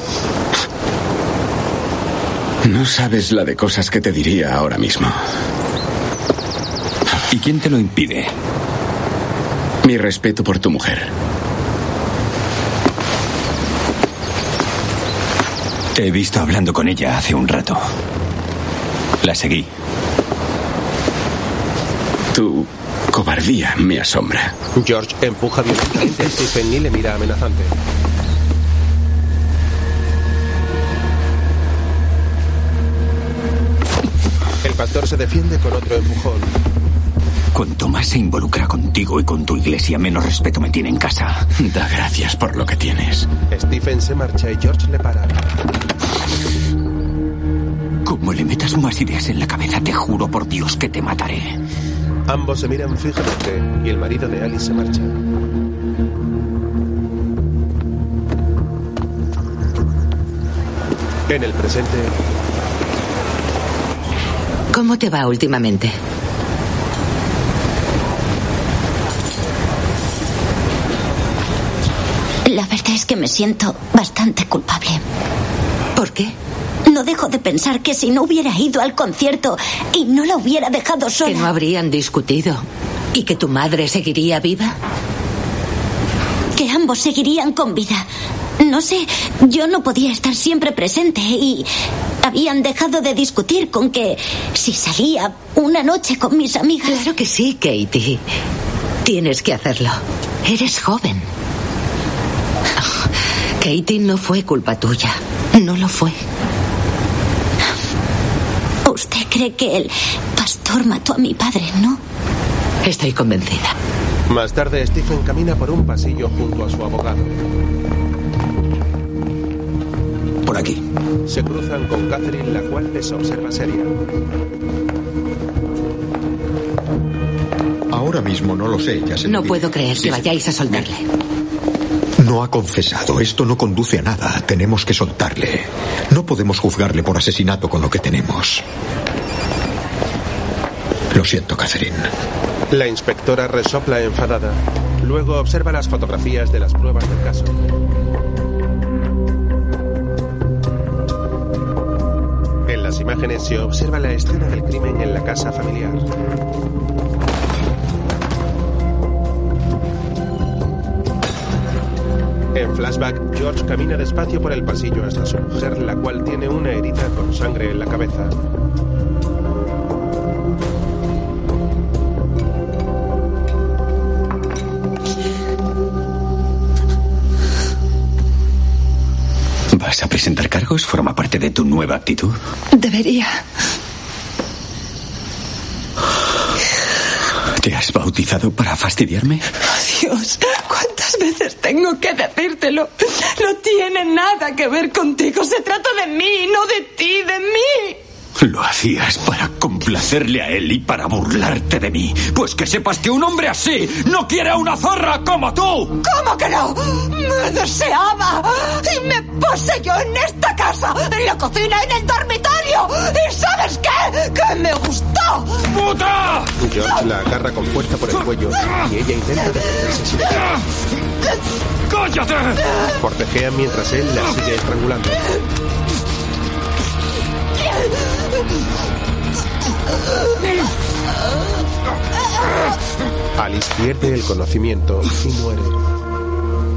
[SPEAKER 3] No sabes la de cosas que te diría ahora mismo.
[SPEAKER 20] ¿Y quién te lo impide?
[SPEAKER 3] Mi respeto por tu mujer.
[SPEAKER 20] Te he visto hablando con ella hace un rato. La seguí.
[SPEAKER 3] Tu cobardía me asombra.
[SPEAKER 2] George empuja violentamente a Stephen y le mira amenazante. El pastor se defiende con otro empujón.
[SPEAKER 9] Cuanto más se involucra contigo y con tu iglesia, menos respeto me tiene en casa.
[SPEAKER 20] Da gracias por lo que tienes.
[SPEAKER 2] Stephen se marcha y George le para.
[SPEAKER 9] Como le metas más ideas en la cabeza, te juro por Dios que te mataré.
[SPEAKER 2] Ambos se miran fijamente y el marido de Alice se marcha. En el presente,
[SPEAKER 10] ¿Cómo te va últimamente?
[SPEAKER 1] La verdad es que me siento bastante culpable.
[SPEAKER 10] ¿Por qué?
[SPEAKER 1] No dejo de pensar que si no hubiera ido al concierto y no la hubiera dejado sola.
[SPEAKER 10] Que no habrían discutido. ¿Y que tu madre seguiría viva?
[SPEAKER 1] Que ambos seguirían con vida. No sé, yo no podía estar siempre presente y habían dejado de discutir con que si salía una noche con mis amigas.
[SPEAKER 10] Claro que sí, Katie. Tienes que hacerlo. Eres joven. Katie no fue culpa tuya. No lo fue.
[SPEAKER 1] Usted cree que el pastor mató a mi padre, ¿no?
[SPEAKER 10] Estoy convencida.
[SPEAKER 2] Más tarde, Stephen camina por un pasillo junto a su abogado.
[SPEAKER 20] Por aquí.
[SPEAKER 2] Se cruzan con Catherine, la cual les observa seria.
[SPEAKER 13] Ahora mismo no lo sé, ya se
[SPEAKER 10] No
[SPEAKER 13] lo
[SPEAKER 10] puedo
[SPEAKER 13] diré.
[SPEAKER 10] creer
[SPEAKER 13] Sí,
[SPEAKER 10] que vayáis a soltarle.
[SPEAKER 13] No ha confesado. Esto no conduce a nada. Tenemos que soltarle. No podemos juzgarle por asesinato con lo que tenemos. Lo siento, Catherine.
[SPEAKER 2] La inspectora resopla enfadada. Luego observa las fotografías de las pruebas del caso. En las imágenes se observa la escena del crimen en la casa familiar. En flashback, George camina despacio por el pasillo hasta su mujer, la cual tiene una herida con sangre en la cabeza.
[SPEAKER 20] ¿Vas a presentar cargos? ¿Forma parte de tu nueva actitud?
[SPEAKER 18] Debería.
[SPEAKER 20] ¿Te has bautizado para fastidiarme?
[SPEAKER 18] Oh, Dios, ¿cuántas veces tengo que decírtelo? No tiene nada que ver contigo. Se trata de mí, no de ti, de mí.
[SPEAKER 20] Lo hacías para complacerle a él y para burlarte de mí. Pues que sepas que un hombre así no quiere a una zorra como tú.
[SPEAKER 18] ¿Cómo que no? Me deseaba y me poseyó en esta casa, en la cocina, en el dormitorio. ¿Y sabes qué? ¡Que me gustó!
[SPEAKER 20] ¡Puta!
[SPEAKER 2] George la agarra con fuerza por el cuello y ella intenta defenderse.
[SPEAKER 20] ¡Cállate!
[SPEAKER 2] Forcejea mientras él la sigue estrangulando. Alice pierde el conocimiento y muere.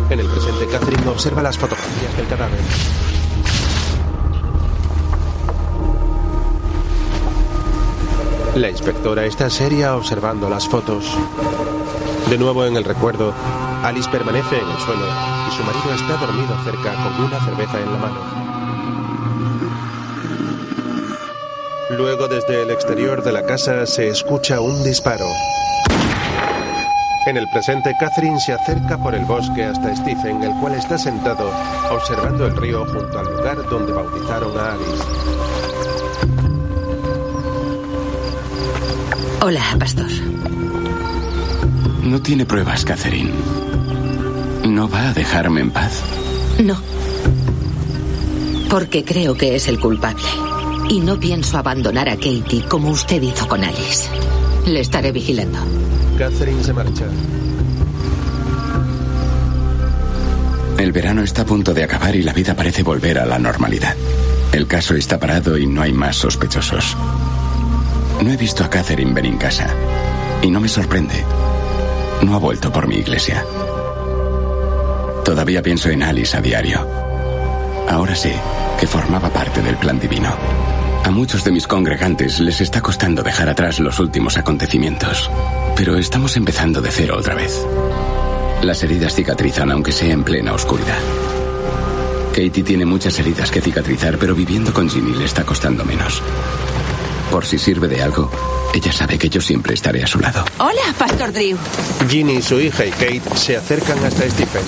[SPEAKER 2] En el presente, Catherine observa las fotografías del cadáver. La inspectora está seria observando las fotos. De nuevo en el recuerdo, Alice permanece en el suelo y su marido está dormido cerca con una cerveza en la mano. Luego desde el exterior de la casa se escucha un disparo. En el presente, Catherine se acerca por el bosque hasta Stephen, el cual está sentado observando el río junto al lugar donde bautizaron a Alice.
[SPEAKER 10] Hola, pastor.
[SPEAKER 3] No tiene pruebas, Catherine. ¿No va a dejarme en paz?
[SPEAKER 10] No. Porque creo que es el culpable. Y no pienso abandonar a Katie como usted hizo con Alice. Le estaré vigilando.
[SPEAKER 2] Catherine se marcha.
[SPEAKER 3] El verano está a punto de acabar y la vida parece volver a la normalidad. El caso está parado y no hay más sospechosos. No he visto a Catherine venir en casa. Y no me sorprende. No ha vuelto por mi iglesia. Todavía pienso en Alice a diario. Ahora sé que formaba parte del plan divino. A muchos de mis congregantes les está costando dejar atrás los últimos acontecimientos. Pero estamos empezando de cero otra vez. Las heridas cicatrizan aunque sea en plena oscuridad. Katie tiene muchas heridas que cicatrizar, pero viviendo con Ginny le está costando menos. Por si sirve de algo, Ella sabe que yo siempre estaré a su lado.
[SPEAKER 18] Hola, Pastor Drew.
[SPEAKER 2] Ginny, su hija y Kate se acercan hasta Stephen.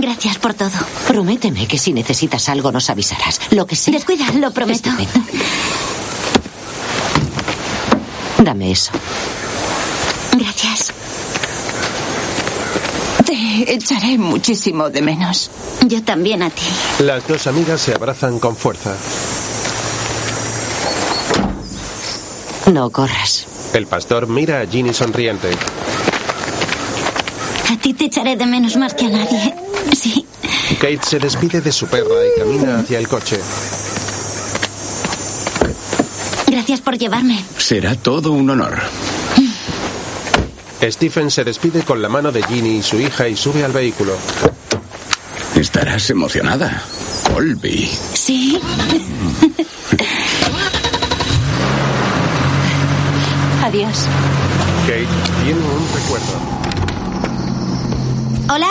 [SPEAKER 1] Gracias por todo.
[SPEAKER 14] Prométeme que si necesitas algo nos avisarás. Lo que sea.
[SPEAKER 1] Descuida, lo prometo.
[SPEAKER 14] Dame eso.
[SPEAKER 1] Gracias.
[SPEAKER 18] Te echaré muchísimo de menos.
[SPEAKER 1] Yo también a ti.
[SPEAKER 2] Las dos amigas se abrazan con fuerza.
[SPEAKER 14] No corras.
[SPEAKER 2] El pastor mira a Ginny sonriente.
[SPEAKER 1] A ti te echaré de menos más que a nadie. Sí.
[SPEAKER 2] Kate se despide de su perra y camina hacia el coche.
[SPEAKER 1] Gracias por llevarme.
[SPEAKER 3] Será todo un honor.
[SPEAKER 2] Stephen se despide con la mano de Ginny y su hija y sube al vehículo.
[SPEAKER 3] Estarás emocionada. Colby.
[SPEAKER 1] Sí.
[SPEAKER 14] Adiós.
[SPEAKER 2] Kate tiene un recuerdo.
[SPEAKER 1] Hola.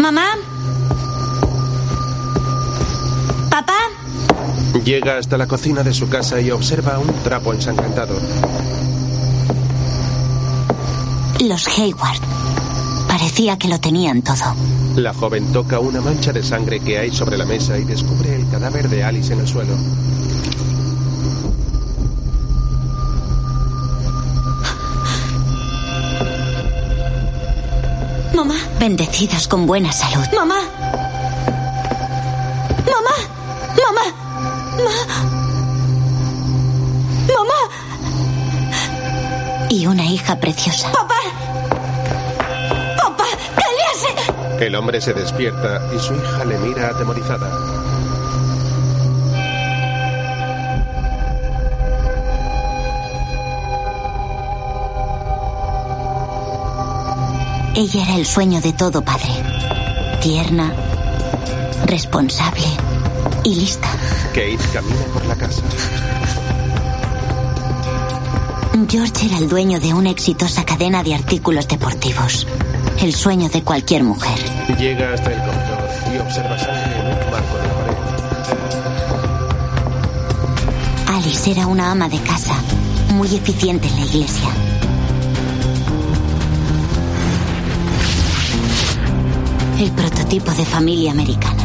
[SPEAKER 1] Mamá. Papá.
[SPEAKER 2] Llega hasta la cocina de su casa y observa un trapo ensangrentado.
[SPEAKER 1] Los Hayward. Parecía que lo tenían todo.
[SPEAKER 2] La joven toca una mancha de sangre que hay sobre la mesa y descubre el cadáver de Alice en el suelo.
[SPEAKER 1] Mamá. Bendecidas con buena salud.
[SPEAKER 15] Mamá. Mamá. Mamá. Ma... Mamá.
[SPEAKER 1] Y una hija preciosa.
[SPEAKER 15] Papá. Papá. ¡Cállese!
[SPEAKER 2] El hombre se despierta y su hija le mira atemorizada.
[SPEAKER 1] Ella era el sueño de todo padre. Tierna, responsable y lista.
[SPEAKER 2] Kate camina por la casa.
[SPEAKER 1] George era el dueño de una exitosa cadena de artículos deportivos. El sueño de cualquier mujer.
[SPEAKER 2] Llega hasta el corredor y observa sangre en un marco de la pared.
[SPEAKER 1] Alice era una ama de casa, muy eficiente en la iglesia. El prototipo de familia americana.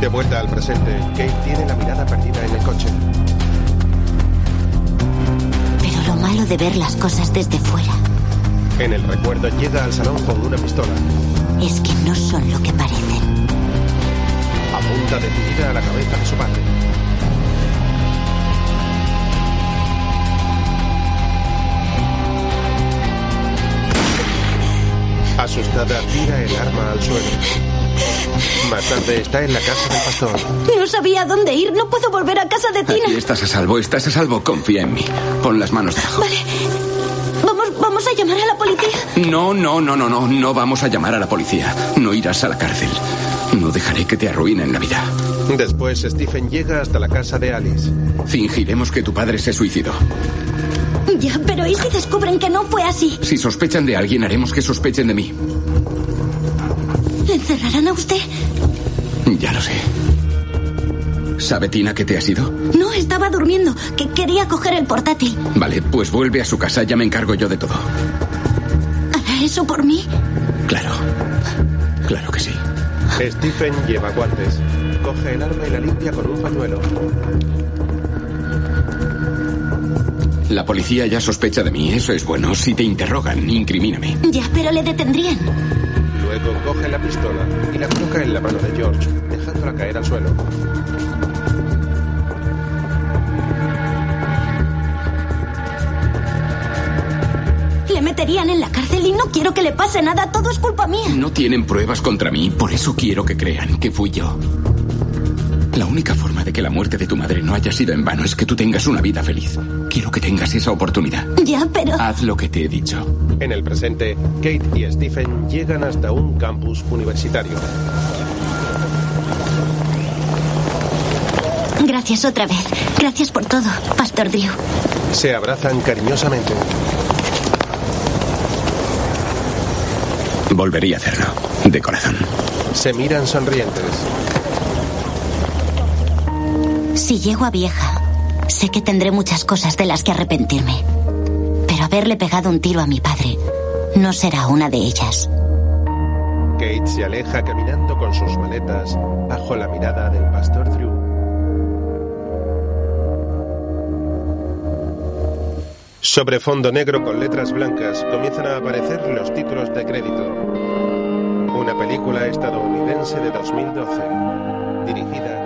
[SPEAKER 2] De vuelta al presente, Kate tiene la mirada perdida en el coche.
[SPEAKER 1] Pero lo malo de ver las cosas desde fuera.
[SPEAKER 2] En el recuerdo llega al salón con una pistola.
[SPEAKER 1] Es que no son lo que parecen.
[SPEAKER 2] Apunta decidida a la cabeza de su padre. Asustada, tira el arma al suelo. Más tarde está en la casa del pastor.
[SPEAKER 15] No sabía dónde ir, no puedo volver a casa de Tina.
[SPEAKER 3] Aquí estás a salvo, estás a salvo, confía en mí. Pon las manos debajo.
[SPEAKER 15] Vale. Vamos, vamos a llamar a la policía.
[SPEAKER 3] No, no, no, no, no, no vamos a llamar a la policía. No irás a la cárcel. No dejaré que te arruinen la vida.
[SPEAKER 2] Después, Stephen llega hasta la casa de Alice.
[SPEAKER 3] Fingiremos que tu padre se suicidó.
[SPEAKER 15] Ya, pero ¿y si descubren que no fue así?
[SPEAKER 3] Si sospechan de alguien, haremos que sospechen de mí.
[SPEAKER 15] ¿Le encerrarán a usted?
[SPEAKER 3] Ya lo sé. ¿Sabe Tina que te has ido?
[SPEAKER 15] No, estaba durmiendo, que quería coger el portátil.
[SPEAKER 3] Vale, pues vuelve a su casa, ya me encargo yo de todo.
[SPEAKER 15] ¿Hará eso por mí?
[SPEAKER 3] Claro, claro que sí.
[SPEAKER 2] Stephen lleva guantes, coge el arma y la limpia con un pañuelo.
[SPEAKER 3] La policía ya sospecha de mí, eso es bueno. Si te interrogan, incrimíname.
[SPEAKER 15] Ya, pero le detendrían.
[SPEAKER 2] Luego coge la pistola y la coloca en la mano de George, dejándola caer al suelo.
[SPEAKER 15] Le meterían en la cárcel y no quiero que le pase nada, todo es culpa mía.
[SPEAKER 3] No tienen pruebas contra mí, por eso quiero que crean que fui yo. La única forma de que la muerte de tu madre no haya sido en vano es que tú tengas una vida feliz. Quiero que tengas esa oportunidad.
[SPEAKER 15] Ya, pero...
[SPEAKER 3] Haz lo que te he dicho.
[SPEAKER 2] En el presente, Kate y Stephen llegan hasta un campus universitario.
[SPEAKER 1] Gracias otra vez. Gracias por todo, Pastor Drew.
[SPEAKER 2] Se abrazan cariñosamente.
[SPEAKER 3] Volvería a hacerlo, de corazón.
[SPEAKER 2] Se miran sonrientes.
[SPEAKER 1] Si llego a vieja, sé que tendré muchas cosas de las que arrepentirme. Pero haberle pegado un tiro a mi padre no será una de ellas.
[SPEAKER 2] Kate se aleja caminando con sus maletas bajo la mirada del pastor Drew. Sobre fondo negro con letras blancas comienzan a aparecer los títulos de crédito. Una película estadounidense de 2012, dirigida